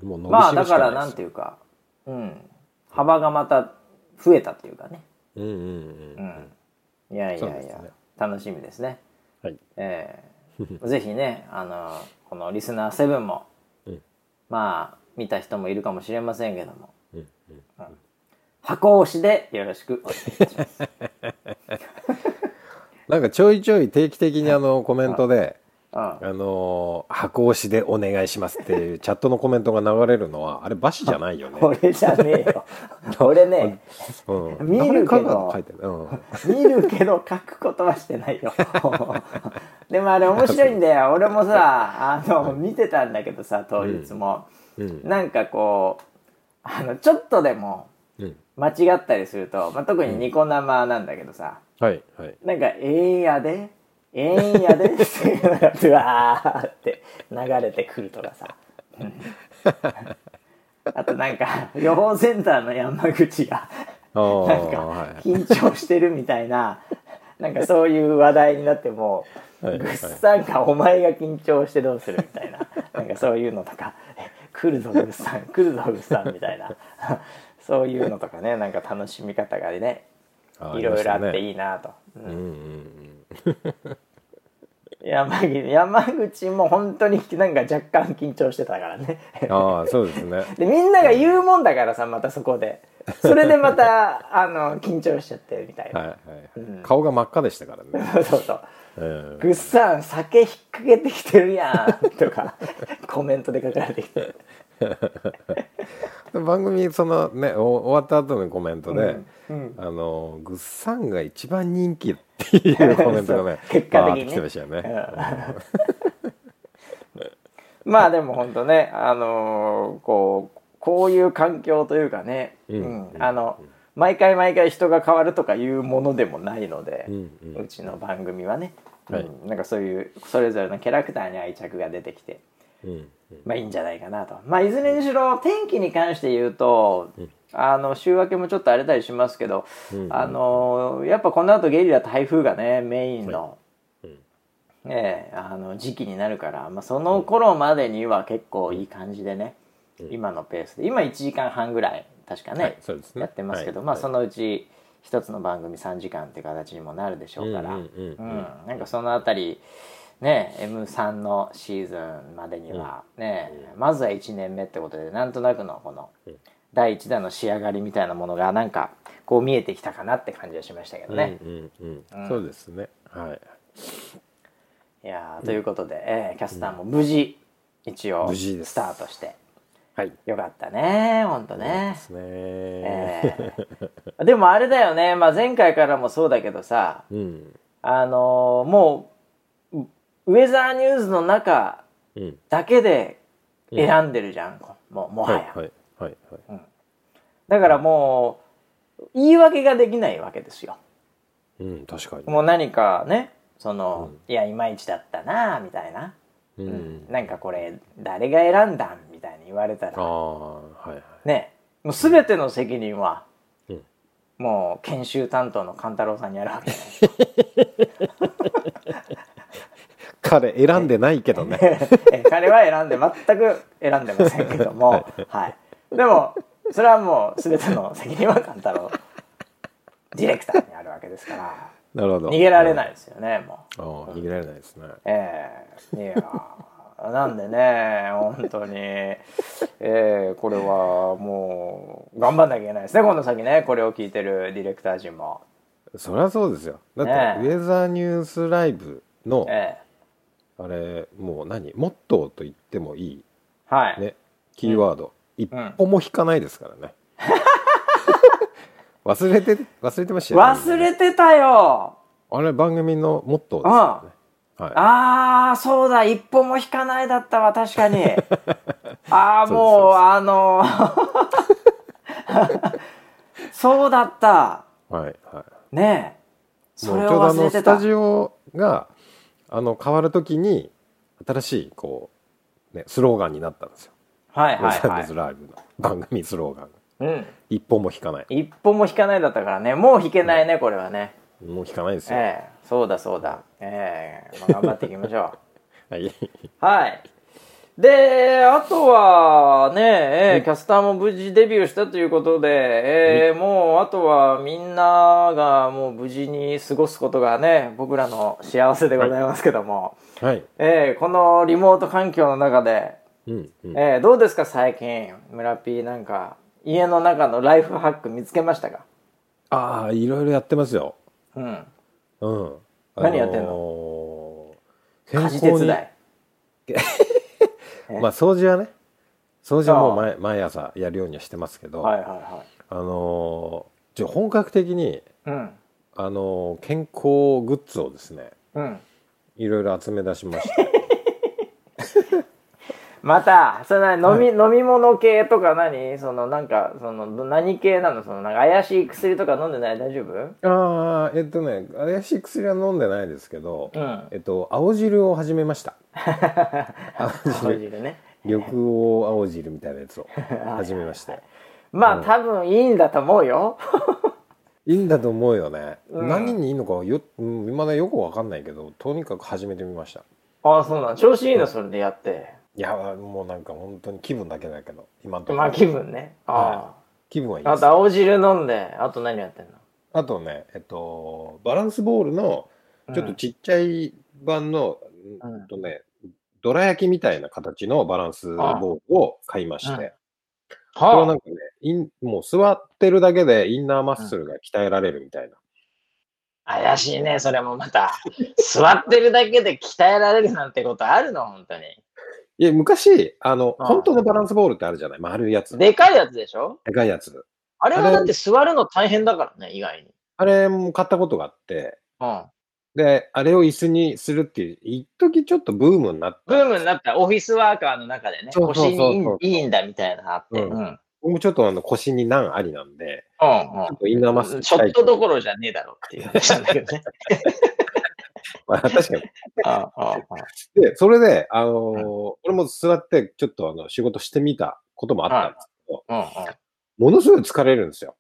で、ん、もう伸びまあしだろしかかないらですなんていうか、うん、幅がまた増えたというかね、うんうんうんう、ん、いやいそうやでいすや、ね楽しみですねはいえ *laughs* ーぜひねあのこの「リスナー7も」うんまあ見た人もいるかもしれませんけどもうん箱押しでよろしくお願いします *laughs* なんかちょいちょい定期的にあのコメントでうん「あのー箱押しでお願いします」っていうチャットのコメントが流れるのはあれバシじゃないよ *laughs* ね、俺じゃねえ *laughs* よ俺ねうん、見るけど名前書いてあるの書いてあるうん見るけど書くことはしてないよ *laughs* でもあれ面白いんだよ俺もさあの見てたんだけどさ当日も、うんなんかこうあのちょっとでもうん間違ったりすると、まあ、特にニコ生なんだけどさ、はいはいなんか「ええんやでええんやで」っていうのがブワーって流れてくるとかさ、 *laughs* うんあとなんか予報センターの山口がああなんはかい緊張してるみたいな、 *laughs* なんかそういう話題になっても、はいぐっさんがお前が緊張してどうするみたいな、なんかそういうのとか、え来るぞぐっさん、来るぞぐっさんみたいな、 *laughs* そういうのとかね、なんか楽しみ方がね、あいろいろあっりましたてねいいなと。うんうんうん山口山口も本当になんか若干緊張してたからね。 *laughs* うんああそうですねでみんなが言うもんだからさまたそこでそれでまたあの緊張しちゃってみたいな、はいはい、顔が真っ赤でしたからね、 *laughs* そうそううんぐっさん酒引っ掛けてきてるやんと *laughs* かコメントで書かれてきて番組そのねお終わった後のコメントで、あのグッサンが一番人気っていうコメントがね *laughs* そう結果的にねバーッと来てましたよね、まあでも本当ねあのーこうこういう環境というかね、んうんあの毎回毎回人が変わるとかいうものでもないので、ううんうんちの番組はね、はいうんなんかそういうそれぞれのキャラクターに愛着が出てきてうんうんまあいいんじゃないかなと。まあいずれにしろ天気に関して言うと、あの週明けもちょっと荒れたりしますけど、うんあのやっぱこの後ゲリラ台風がねメインの、うんええあの時期になるから、まあ、その頃までには結構いい感じでね、うん今のペースで今1時間半ぐらい確かね,、はいそうですねやってますけど、はいまあはいそのうち一つの番組3時間って形にもなるでしょうから、うんうんうんうんうんなんかそのあたりね M3 のシーズンまでにはね、まずは1年目ってことでなんとなくのこのうん第1弾の仕上がりみたいなものがなんかこう見えてきたかなって感じはしましたけどね。うんうんううんん、そうですねはいいやーということで、えーキャスターも無事一応無事ですスタートしてはいよかったねほんとねで。すね、えーでもあれだよね、まあ、前回からもそうだけどさ *laughs* うんあのーもうウェザーニューズの中うんだけで選んでるじゃん、もうもはや、いはいはいはいだからもう言い訳ができないわけですようん確かにもう何かねその、いやいまいちだったなみたいな、ううんんなんかこれ誰が選んだんみたいに言われたあらあはいはいねもう全ての責任は、うんもう研修担当の勘太郎さんにやるわけです彼選んでないけどね *laughs* え彼は選んで全く選んでませんけども、はい、でもそれはもう全ての責任は勘太郎ディレクターにあるわけですからなるほど逃げられいないですよねもう。ああ逃げられないですねええいやーなんでね本当に、ええこれはもう頑張んなきゃいけないですねこの先ねこれを聞いてるディレクター陣も。そりゃそうですよだって、ねえウェザーニュースライブのえあれもう何モットーと言ってもいえはい、いねキーワード、一歩も引かないですか *laughs* らね忘れて忘れてましたよね忘れてたよあれ番組のモットーですよねはいああそうだ一歩も引かないだったわ確か *laughs* にああそうですもそううですあのそうだったはいはいねえもそうれをちょうどあ忘れのてたスタジオがあの変わるときに新しいこう、ね、スローガンになったんですよはい「ウはいェザーはニューいズ、ライブ」の番組スローガンがうん、一歩も引かない一歩も引かないだったからねもう引けないねこれはねもう引かないですよ、ええそうだそうだええまあ頑張っていきましょはい、うはいであとはねええキャスターも無事デビューしたということで、ええもうあとはみんながもう無事に過ごすことがね僕らの幸せでございますけども、はいええこのリモート環境の中で、うんうん、ええどうですか最近村 P なんか家の中のライフハック見つけましたかああいろいろやってますよ、うんうん、何やってんの家事手伝いまあ掃除はね掃除はもう毎毎朝やるようにはしてますけど、はいはいはあのーちょ本格的にいうんあのー健康グッズをですねうんいろいろ集め出し *laughs* ましたまたそれ何飲み、飲み物系とか何そのなんかそのど何系なのそのなんか怪しい薬とか飲んでない大丈夫ああえっとね怪しい薬は飲んでないですけど、うんえっと青汁を始め *laughs* ました青汁 *laughs* ね緑黄青汁みたいなや *laughs* つを始めましてまあ多分いいんだと思うよいいんだと思うよね、何にいいのかよ、うん、未だよくわかんないけどとにかく始めてみましたああそうなの調子いいのそれでやっていやもうなんか本当に気分だけだけど今のところ、まあ気分ねあはい気分はいいあであすと青汁飲んであと何やってんのあとねえっとバランスボールのちょっとちっちゃい版の、うんうんとねどら焼きみたいな形のバランスボールを買いまして、うんこれははなんかね、インもう座ってるだけでインナーマッスルが鍛えられるみたいな。あ怪しいねそれもまた座ってるだけで鍛えられるなんてことあるの本当にいや、昔、あの、うん本当のバランスボールってあるじゃない丸いやつ。ででかいやつでしょかいやつ。あれあはれだって座るの大変だからね意外にあれも買ったことがあって、うんで、あれを椅子にするっていう、一時ちょっとブームになって、ブームになったオフィスワーカーの中でね、そうそうそうそう腰にいいいいんだみたいなのあって、う。うんんうんうん僕もちょっとあの腰に難ありなんで、ちょっとインナーマッスルちょ鍛っえて *laughs* とどころじゃねえだろっていう話なんだけどね。まあ、 *laughs* 確かに。ああ、あで、それで、あのー俺も座って、ちょっとあの仕事してみたこともあったんです。あ、うんうん。ものすごい疲れるんですよ。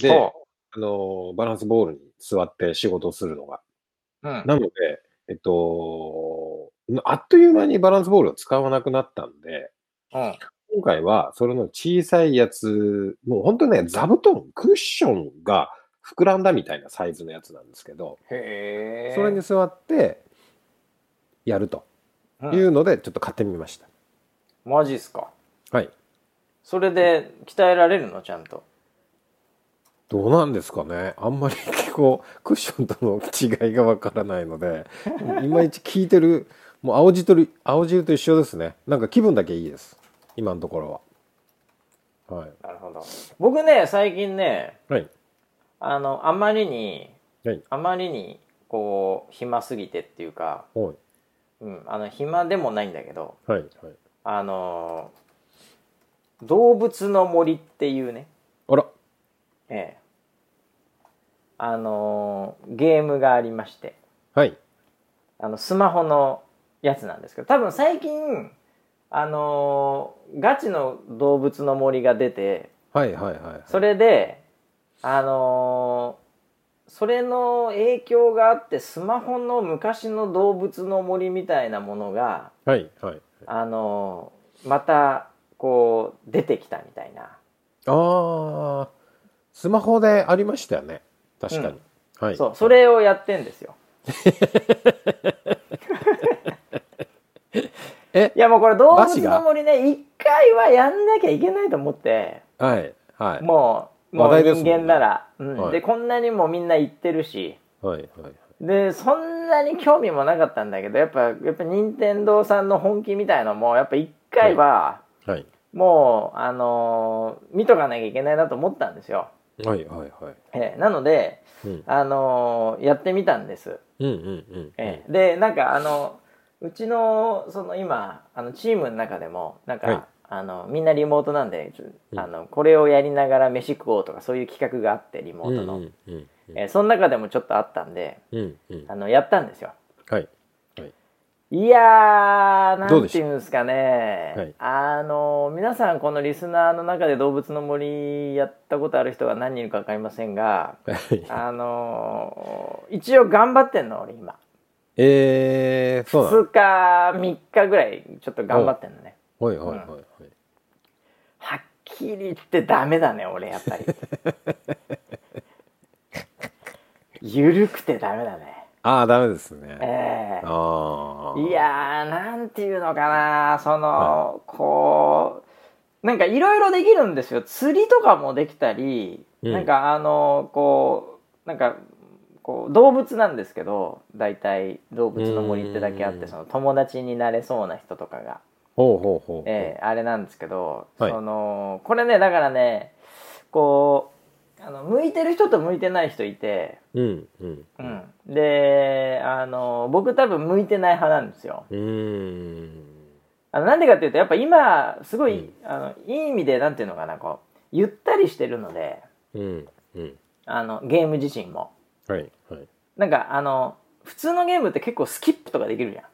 で、そあのーバランスボールに座って仕事をするのが。う。うん。なので、えっと、あっという間にバランスボールを使わなくなったんで、うん。今回はそれの小さいやつ、もう本当ね、座布団、クッションが膨らんだみたいなサイズのやつなんですけど、へえ。それに座ってやるとうんいうので、ちょっと買ってみました。マジっすかはい。それで鍛えられるのちゃんとどうなんですかねあんまり結構クッションとの違いがわからないのでいまいち効いてるもう青汁とり青汁と一緒ですねなんか気分だけいいです今のところははいなるほど僕ね最近ねはいあのあまりに、はいあまりにこう暇すぎてっていうか、はいうん、あの暇でもないんだけどはいはいあのー動物の森っていうね、あらええあのーゲームがありましてはいあのスマホのやつなんですけど多分最近あのーガチの動物の森が出てはいはいはいそれであのーそれの影響があってスマホの昔の動物の森みたいなものがはいはいあのーまたこう出てきたみたいな、あースマホでありましたよね確かに、うんはいそうそれをやってんですよ。 *laughs* えいやもうこれ動バ物シのが森ね一回はやんなきゃいけないと思ってはいはいもうも話う題です人もんね間なら、うんはいでこんなにもみんな行ってるしはいはいでそんなに興味もなかったんだけどやっぱやっぱ任天堂さんの本気みたいのもやっぱ一回ははいもう、あのー見とかなきゃいけないなと思ったんですよ。はいはいはいええなので、うんあのーやってみたんです。うんうんうんええでなんかあのうちのその今あのチームの中でもなんか、はいあのみんなリモートなんで、ちょうんあのこれをやりながら飯食おうとかそういう企画があってリモうんートうんの、うんうんええその中でもちょっとあったんでうんうんあのやったんですよ。はい *laughs* いやーなどうんでしてたいうんですかね、はいあの皆さんこのリスナーの中で動物の森やったことある人が何人いるか分かりませんがはいあの一応頑張ってんの俺今えー、そうなの2日3日ぐらいちょっと頑張ってんのねはいはいはいはい。はっきり言ってダメだね俺やっぱり *laughs* ゆるくてダメだねああ、ダメですね。ええああ。い。やーなんていうのかなそのこうなんかいろいろできるんですよ釣りとかもできたり、うんなんかあのこうなんかこう動物なんですけど大体動物の森ってだけあっうてんその友達になれそうな人とかが、ほうほうほう。ええあれなんですけど、はいそのこれねだからねこうあの向いてる人と向いてない人いて、うんうん。うん、であの僕多分向いてない派なんですよ。うーん。あのなんでかっていうとやっぱ今すごい、うんあのいい意味でなんていうのかなこうゆったりしてるのでうんうん。あのゲーム自身もはいはい。なんかあの普通のゲームって結構スキップとかできるじゃん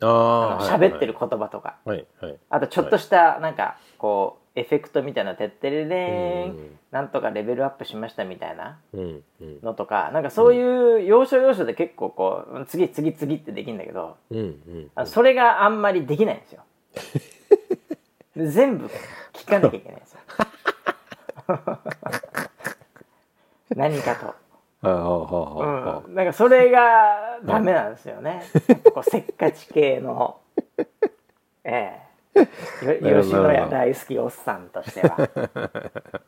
あああ。のはい喋ってる。言葉とか、はいはい。あとちょっとしたなんかこうエフェクトみたいな「てってれうれーんんなんとかレベルアップしました」みたいなうんうんのとかなんかそういう要所要所で結構こう次次次ってできるんだけどうんうん。あのそれがあんまりできないんです *laughs* よで全部聞かなきゃいけないんですよ *laughs* 何かああ、ほうほうと、ほうん、なんかそれがダメなんですよ *laughs* ね、やっぱこうせっかち系のええなよるほど吉野家大好きおっさんとしてはう。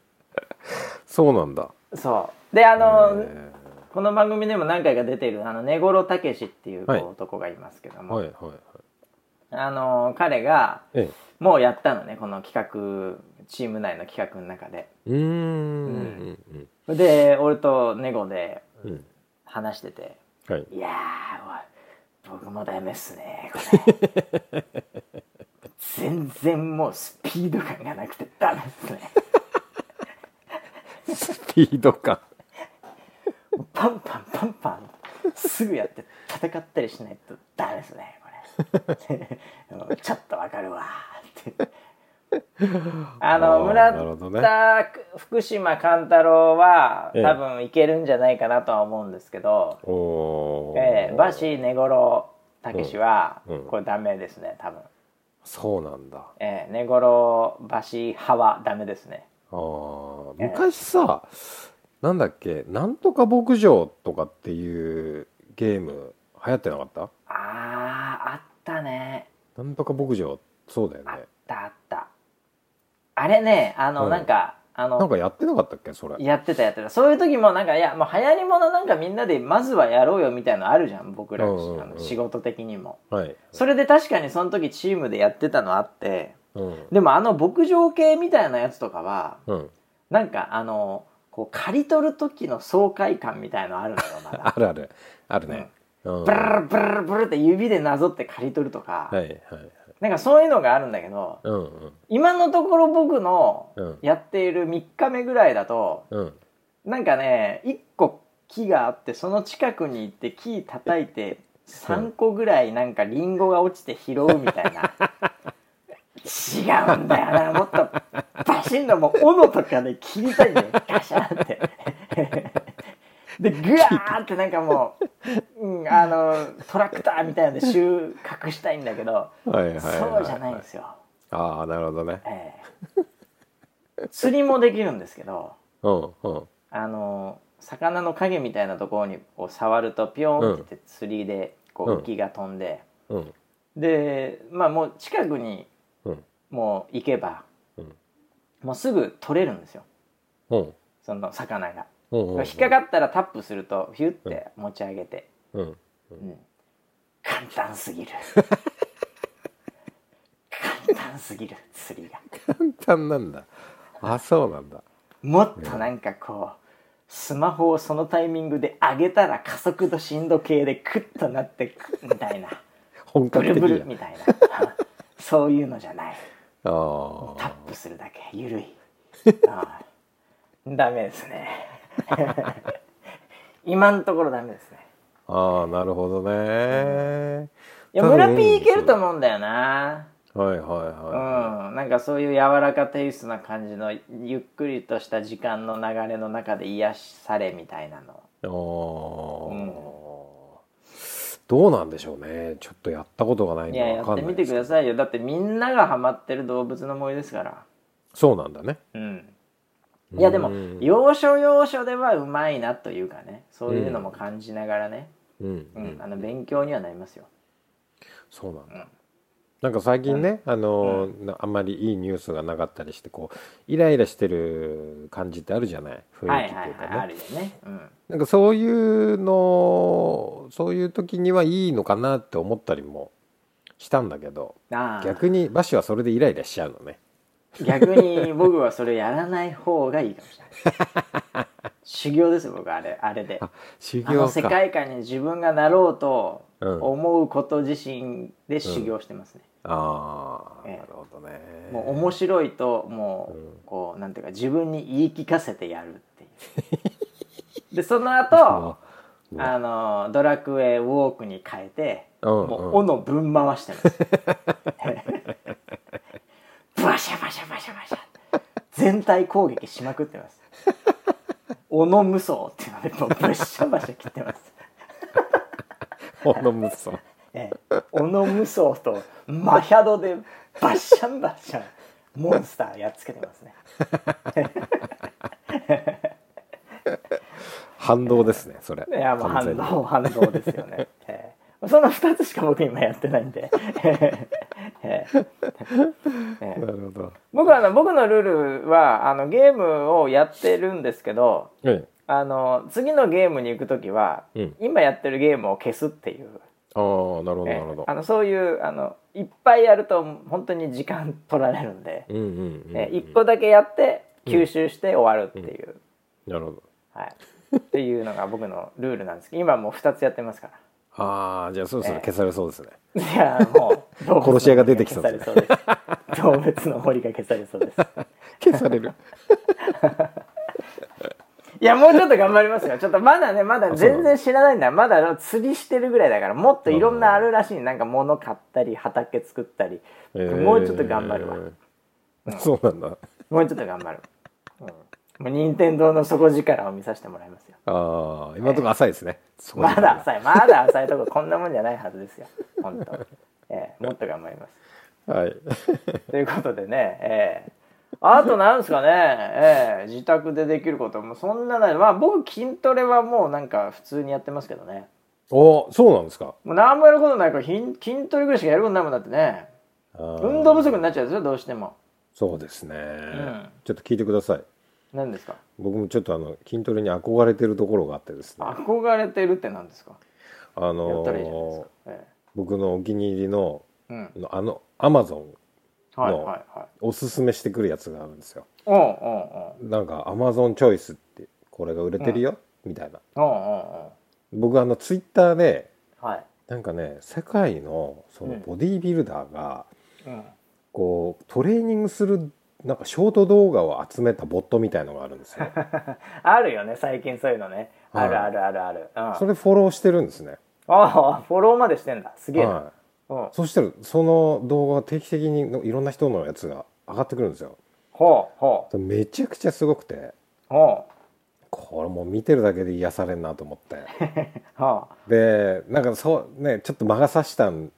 そうなんだ。そうであの、えこの番組でも何回か出ているあの根室武っていうこうはい男がいますけどーも、はいはいはい。あの彼がえもうやったのねこの企画チーム内の企画の中でえ。うーんうんうんで俺とネゴでうん。話しててはい「いやーおい僕もダメっすねこれ全然もうスピード感がなくてダメっすねスピード感。パンパンパンパンすぐやって戦ったりしないとダメですねこれうんちょっとわかるわってあのあー村なるほどね田、福島勘太郎はええ多分いけるんじゃないかなとは思うんですけど、おーええバシ根五郎武史はうんうんこれダメですね多分、そうなんだええ根五郎バシ派はダメですねあー昔さ、なんだっけ「なんとか牧場」とかっていうゲーム流行ってなかったあーあったねなんとか牧場そうだよあっねたあったあれねあの、うんなんかあのなんかやってなかったっけそれやってたやってたそういう時もなんかいやもう流行りものなんかみんなでまずはやろうよみたいのあるじゃん僕ら、うんうんうんあの仕事的にもはい、それで確かにその時チームでやってたのあってうんでもあの牧場系みたいなやつとかはうん、なんかあのこう刈り取る時の爽快感みたいのあるのよまだあるあるあるね、うんブルはルブルルブルって指でなぞって刈り取るとか、いはいなんかそういうのがあるんだけどうんうん今のところ僕のうんやっている3日目ぐらいだとうんなんかね1個木があってその近くに行って木叩いて3個ぐらいなんかリンゴが落ちて拾うみたいな違うんだよなもっとバシンのもう斧とかで切りたいんだよガシャンってでグワーってなんかもう、うん、あのトラクターみたいなので収穫したいんだけどはいはいはい、そうじゃないんですよ、ああなるほどねええ釣りもできるんですけどうんうんあの魚の影みたいなところにこう触るとピョーンって言って釣りでこううん浮きが飛んで、うんでまあもう近くにうんもう行けば、うんもうすぐ取れるんですようんその魚が、うんうん引っかかったらタップするとヒュッて持ち上げて、うんうん簡単すぎる簡単すぎる釣りが簡単なんだあそうなんだもっとなんかこうスマホをそのタイミングで上げたら加速度振動計でクッとなってくみたい *laughs* な本ブ格ル的ブルやみたいなそういうのじゃないあタあップするだけゆるいああダメですね *laughs* 今のところダメですねああなるほどねいや多分村ピーいけると思うんだよなはいはいうんはなんかそういう柔らかテイストな感じのゆっくりとした時間の流れの中で癒されみたいなのい、ああうんどうなんでしょうねちょっとやったことがないんいでややわかっんてないみでてすくださいよだってみんながハマってる動物の森ですからそうなんだねうんいやでもうん要所要所ではうまいなというかねそういうのも感じながらね、うん、ううんん、あの勉強にはなりますよそうなんだ、うんなんか最近ね、あのーなあんまりいいニュースがなかったりしてこうイライラしてる感じってあるじゃない雰はい囲気っはていいうかはね、いあるよねうんなんかそういうのそういう時にはいいのかなって思ったりもしたんだけどああ逆にバシはそれでイライラしちゃうのね逆に僕はそれやらない方がいいかもしれない *laughs* 修行ですよ僕あれあれであ修あ行の世か界観に自分がなろうとうん思うこと自身で修行してますね、ああええなるほどねもう面白いともうんうこうなんていうか自分に言い聞かせてやるっていう *laughs* でその後うんあのドラクエウォークに変えてうんうんもう斧ぶん回してます *laughs* バシャバシャバシャバシャ全体攻撃しまくってます斧無双っていうのでもうぶっしゃばしゃ切ってますほのむそええ、オノムソウとマヒャドでバッシャンバッシャンモンスターやっつけてますね反動ですねそれいやもう完反全に動反動ですよ *laughs* ね、ええその2つしか僕今やってないんで、ええええなるほど僕はあの僕のルールはあのゲームをやってるんですけどうんあの次のゲームに行く時は、うん今やってるゲームを消すっていうああなるほどなるほええどあのそういうあのいっぱいやると本当に時間取られるんで、うんうんうんえ1個だけやって吸収して終わるっていう、なるほどはい、っていうのが僕のルールなんですけど今もう2つやってますかああじゃあそろそろ消されそうですねらいやもう動物の森殺し屋が出てきそう消でさすれそうです動物の森が消されそうです消されるいや、もうちょっと頑張りますよ。ちょっとまだね、まだ全然知らないんだ。まだ釣りしてるぐらいだから、もっといろんなあるらしい。なんか物買ったり、畑作ったり。 *laughs* もうちょっと頑張るわ。えーそうなんだもうちょっと頑張る。うん。もう任天堂の底力を見させてもらいますよ。ああ今のところ浅いですね、そこまだ浅い、まだ浅いとこ、こんなもんじゃないはずですよ。本当。ええもっと頑張ります。はいということでね、ええあとなんですかね、ええ自宅でできることもそんなない。まあ僕筋トレはもうなんか普通にやってますけどね。 *laughs* おそうなんですかもう何もやることないから筋筋トレぐらいしかやることないもんだってね。あー運動不足になっちゃうんですよ、どうしても。そうですね、んちょっと聞いてください何ですか僕もちょっとあの筋トレに憧れてるところがあってですね憧れてるって何ですかあやのったらいいじゃないですーか。え僕のお気に入りのえうん。のあのアマゾンはいはのいはい。おすすめしてくるやつがあるんですよおうおうおうなんかアマゾンチョイスってこれが売れてるよ、みたいなおうおう僕あのツイッターでおうはい。なんかね世界のそのうんボディービルダーがうん。こうトレーニングするなんかショート動画を集めたボットみたいのがあるん *laughs* ですよあるよね、最近そういうのね。はあいるあるあるある。うん。あそれフォローしてるんですね、あ、フォローまでしてんだ。すげえな。はうんい、。そしたらその動画が定期的にのいろんな人のやつが上がってくるんですよほうほめちゃくちゃすごくてうほこれもう見てるだけで癒されんなと思ってうほでなんかそうねちょっと魔が差したん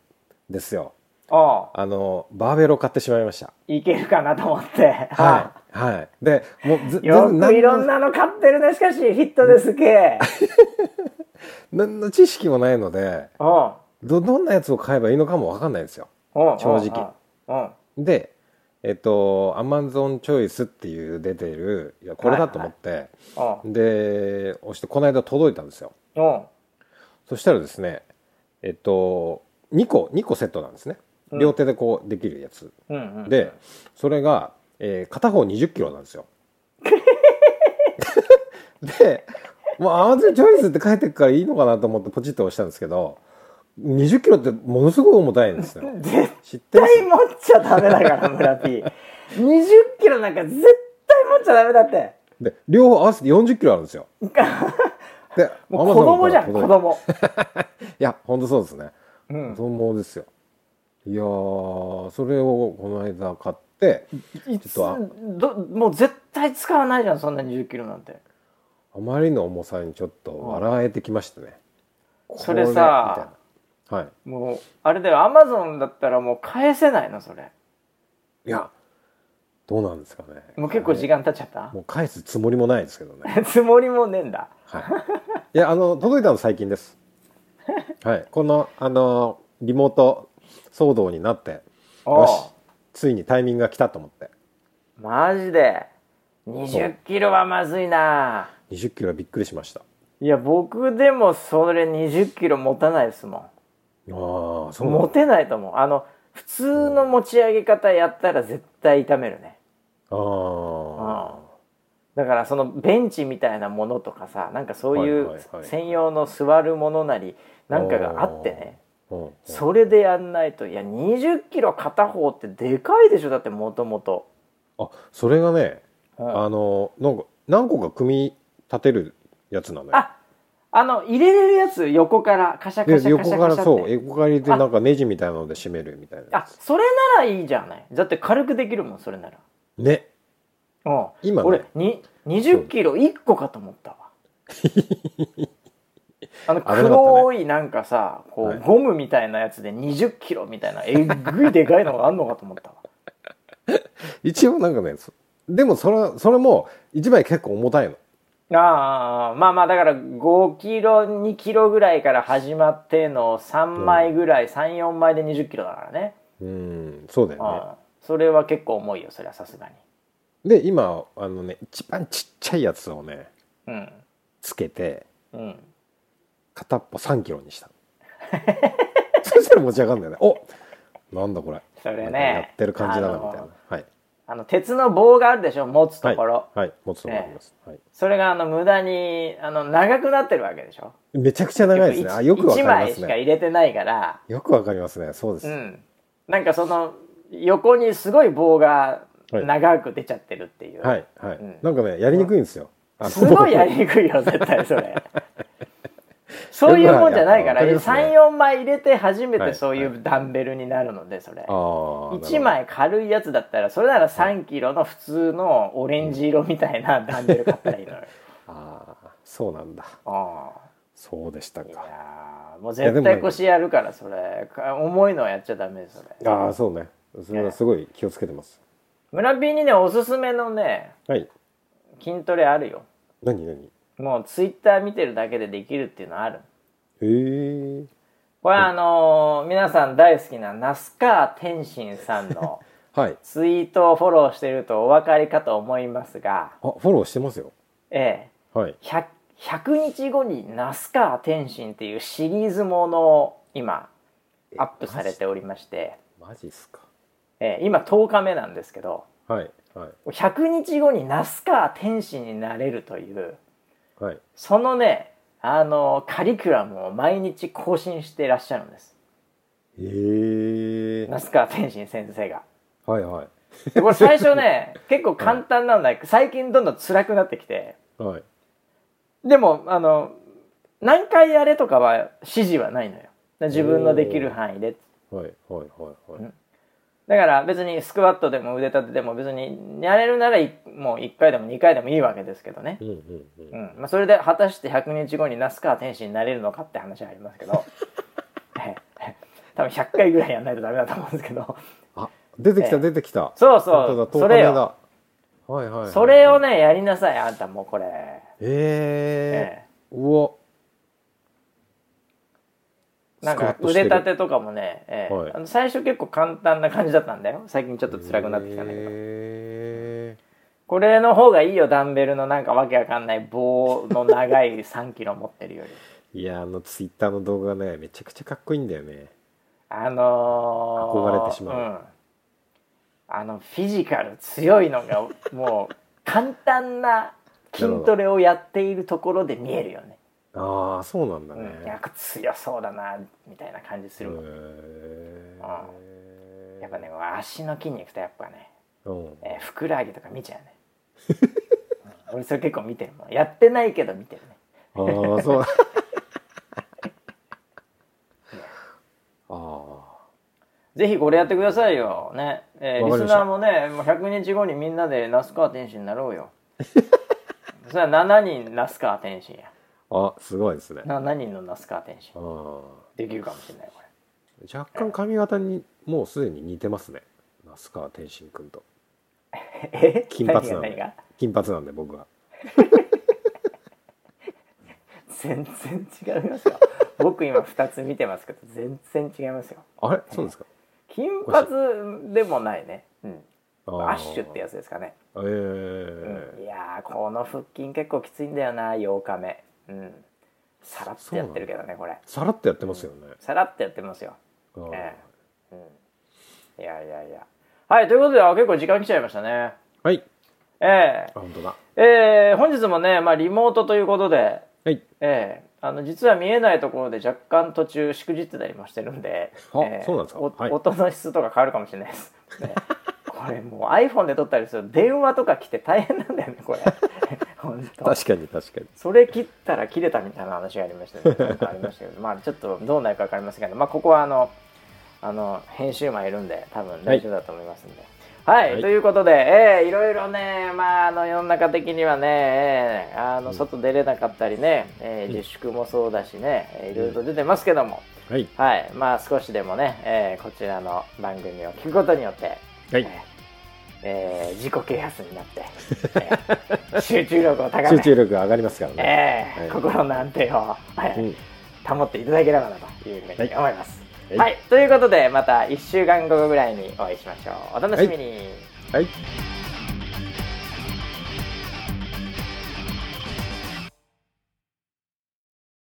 ですようほあのバーベルを買ってしまいましたういけるかなと思って。はいはいでもうずよ全然何くのいろんなの買ってるね、しかし、ヒットですけ。何の知識もないのでうん。どどんなやつを買えばいいのかも分かんないんですようん正直。うんうん。でえっとアマゾンチョイスっていう出てるいやこれだと思って、うで押してこの間届いたんですよん。うん。そしたらですねえっと2個2個セットなんですねうん両手でこうできるやつ、うんうん。でそれが、えー片方2 0キロなん *laughs* ですよ。でもうアマゾンチョイスって書いてるからいいのかなと思ってポチッと押したんですけど2 0キロってものすごい重たいん *laughs* ですよ。絶知ってま対す持っちゃダメだから、村 P。20キロなんか絶対持っちゃダメだって。で両方合わせて4 0キロあるんですよ。でもう子供じゃん、 Amazon 子から届い供。ていや本当そうですね。うん子。供ですよ。いやーそれをこの間買っていちょっとどもう絶対使わないじゃんそんな2 0キロなんてあまりの重さにちょっと笑えてきましたね。それさこれみたいなはい。もうあれだよアマゾンだったらもう返せないのそれいや、どうなんですかね。もう結構時間経っちゃったもう返すつもりもないですけどね。 *laughs* つもりもねえんだはい。いや、あの、届いたの最 *laughs* 近です。はい。この、あの、リモート騒動になって、おようし、ついにタイミングが来たと思って。マジで2 0キロはまずいな20キロはびっくりしました。あいや僕でもそれ2 0キロ持たないですもあー、そん持う。てないと思うあの普通の持ち上げ方やったら絶対痛めるねああ。だからそのベンチみたいなものとかさなんかそういはいはういはい専用の座るものなりなんかがあってねうんうん。それでやんないといや2 0キロ片方ってでかいでしょだってもともとあ、それがね、うんあの、なんか、何個か組み立てるやつなのよ。ああの入れれるやつ横からカシャカでシャカシ横ャカからシャっそうて横から入れてなんかネジみたいなので締めるみたいなあそれならいいじゃないだって軽くできるもんそれならねうん今ね俺に2 0キロ1個かと思 *laughs* ったわあの危なかったね黒いなんかさこう、はいゴムみたいなやつで2 0キロみたいなえぐいでかいのがあんのかと思ったわ一応なんかねそでもそれそれも一枚結構重たいのああまあまあだから5キロ2キロぐらいから始まっての3枚ぐらい、34枚で2 0キロだからね、うんそうだうよん、それは結構重いよそれはさすがにねで今あのね一番ちっちゃいやつをねうんつけてうん片っぽ3キロにしたのそしたら持ち上がるんだよねおなんだこれそれなんかやねってる感じだなみたいあなのはいあの鉄の棒があるでしょ持つところ、はい、はい、持つとこあります、はい、それがあの無駄にあの長くなってるわけでしょめちゃくちゃ長いですねあよくわかりま枚すしかね入れてないからよくわかりますねそうです、うんなんかその横にすごい棒が長く出ちゃってるっていう、はいはい、うんなんかねやりにくいんですよ、すごいやりにくいよ絶対それ *laughs* そういうもんじゃないから、よくないやっぱわかりますね34枚入れて初めはていそういうダンベルになるのでそれ、 1 *laughs* 1枚軽いやつだったらそれなら3キロの普通のオレンジ色みたいなダンベル買ったらいいのよ、ああそうなんだ *laughs* ああそうでしたいかやーもういやで絶もね対腰やるからそれか重いのはやっちゃダメそれああそうねそれはすごい気をつけてます村ピーにねおすすめのねはい筋トレあるよ何何もうツイッター見てるだけでできるっていうのあるへえこれあのー皆さん大好きな那須川天心さんのはいツイートをフォローしてるとお分かりかと思いますがあフォローしてますよええはい 100, 100日後に那須川天心っていうシリーズものを今アップされておりまして、マジっすかええ今10日目なんですけどはいはい100日後に那須川天心になれるというはいそのねあのカリキュラムを毎日更新してらっしゃるんですへえ那須川天心先生が。はいはいでこれ最初ね結構簡単なんだけど最近どんどん辛くなってきてはいでもあの何回やれとかは指示はないのよ自分のできる範囲ではいはいはいはいだから別にスクワットでも腕立てでも別にやれるならいもう1回でも2回でもいいわけですけどねう、んうんうんうんまあ、それで果たして100日後に那須川天心になれるのかって話はありますけ *laughs* どええ多分100回ぐらいやんないとダメだと思うんですけどあ出てきえたえ出てきたそう本そ当うだそれ10日目よだはいはいはいそれをねやりなさいあんたもうこれ、ええええうわなんスクワかットして腕る立てとかもね、ええはいあの最初結構簡単な感じだったんだよ最近ちょっと辛くなってきたんだけど、へこれの方がいいよダンベルのなんかわけわかんない棒の長 *laughs* い3キロ持ってるよりえいやあのツイッターの動画ねめちゃくちゃかっこいいんだよねあのー、、憧れてしまうんあのフィジカル強いのがもう簡単な筋トレをやっているところで見えるよねああそうなんだうねん、なんか強そうだなみたいな感じするもん、へえやっぱね足の筋肉とやっぱねうんえーふくらはぎとか見ちゃうね、う *laughs* ん俺それ結構見てるもんやってないけど見てるねあ *laughs* あそうあぜひこれやってくださいよね、えーリわかりスましたナーもねもう100日後にみんなで那須川天心になろう *laughs* よそれは7人那須川天心やああすごいですねあ7人の那須川天心あできるかもしれないこ若干髪型にもうすでに似てますね那須川天心君とれえ金髪な何がん何でが金髪なんで僕は全然違いますよ僕今2つ見てますけど全然違いますよあれそうですか金髪でもないね、うん、あーアッシュってやつですかねええいやーこの腹筋結構きついんだよな8日目うんさらっとやってるけどねこれさらっとやってますよね、さらっとやってますようんええうんいやいやいやはいということであ結構時間来ちゃいましたねはいえあ本当だえええ本日もね、まあ、リモートということではいええあの実は見えないところで若干途中しくじってたりもしてるんで、あそうなんですかおはい音の質とか変わるかもしれないです、ねこれもう iPhone で撮ったりすると電話とか来て大変なんだよね *laughs* これ本当確かに確かにそれ切ったら切れたみたいな話がありましたね。 *laughs* なんかありましたけど、まあちょっとどうなるかわかりませんけど、まあここはあの、あの、編集マンいるんで、多分大丈夫だと思いますんで。はい、はいということで、えーいろいろね、まああの世の中的にはね、えーあの外出れなかったりね、えーうん自粛もそうだしね、えーいろいろと出てますけども、はいはい、まあ少しでもね、えーこちらの番組を聞くことによって、はいえーえー自己啓発になって、えー集中力を高め *laughs* 集中力が上がりますからね、ええはい心の安定を、はいうん保っていただければなというふうに思います。は、はいいということでまた1週間後ぐらいにお会いしましょう。お楽しみに、はい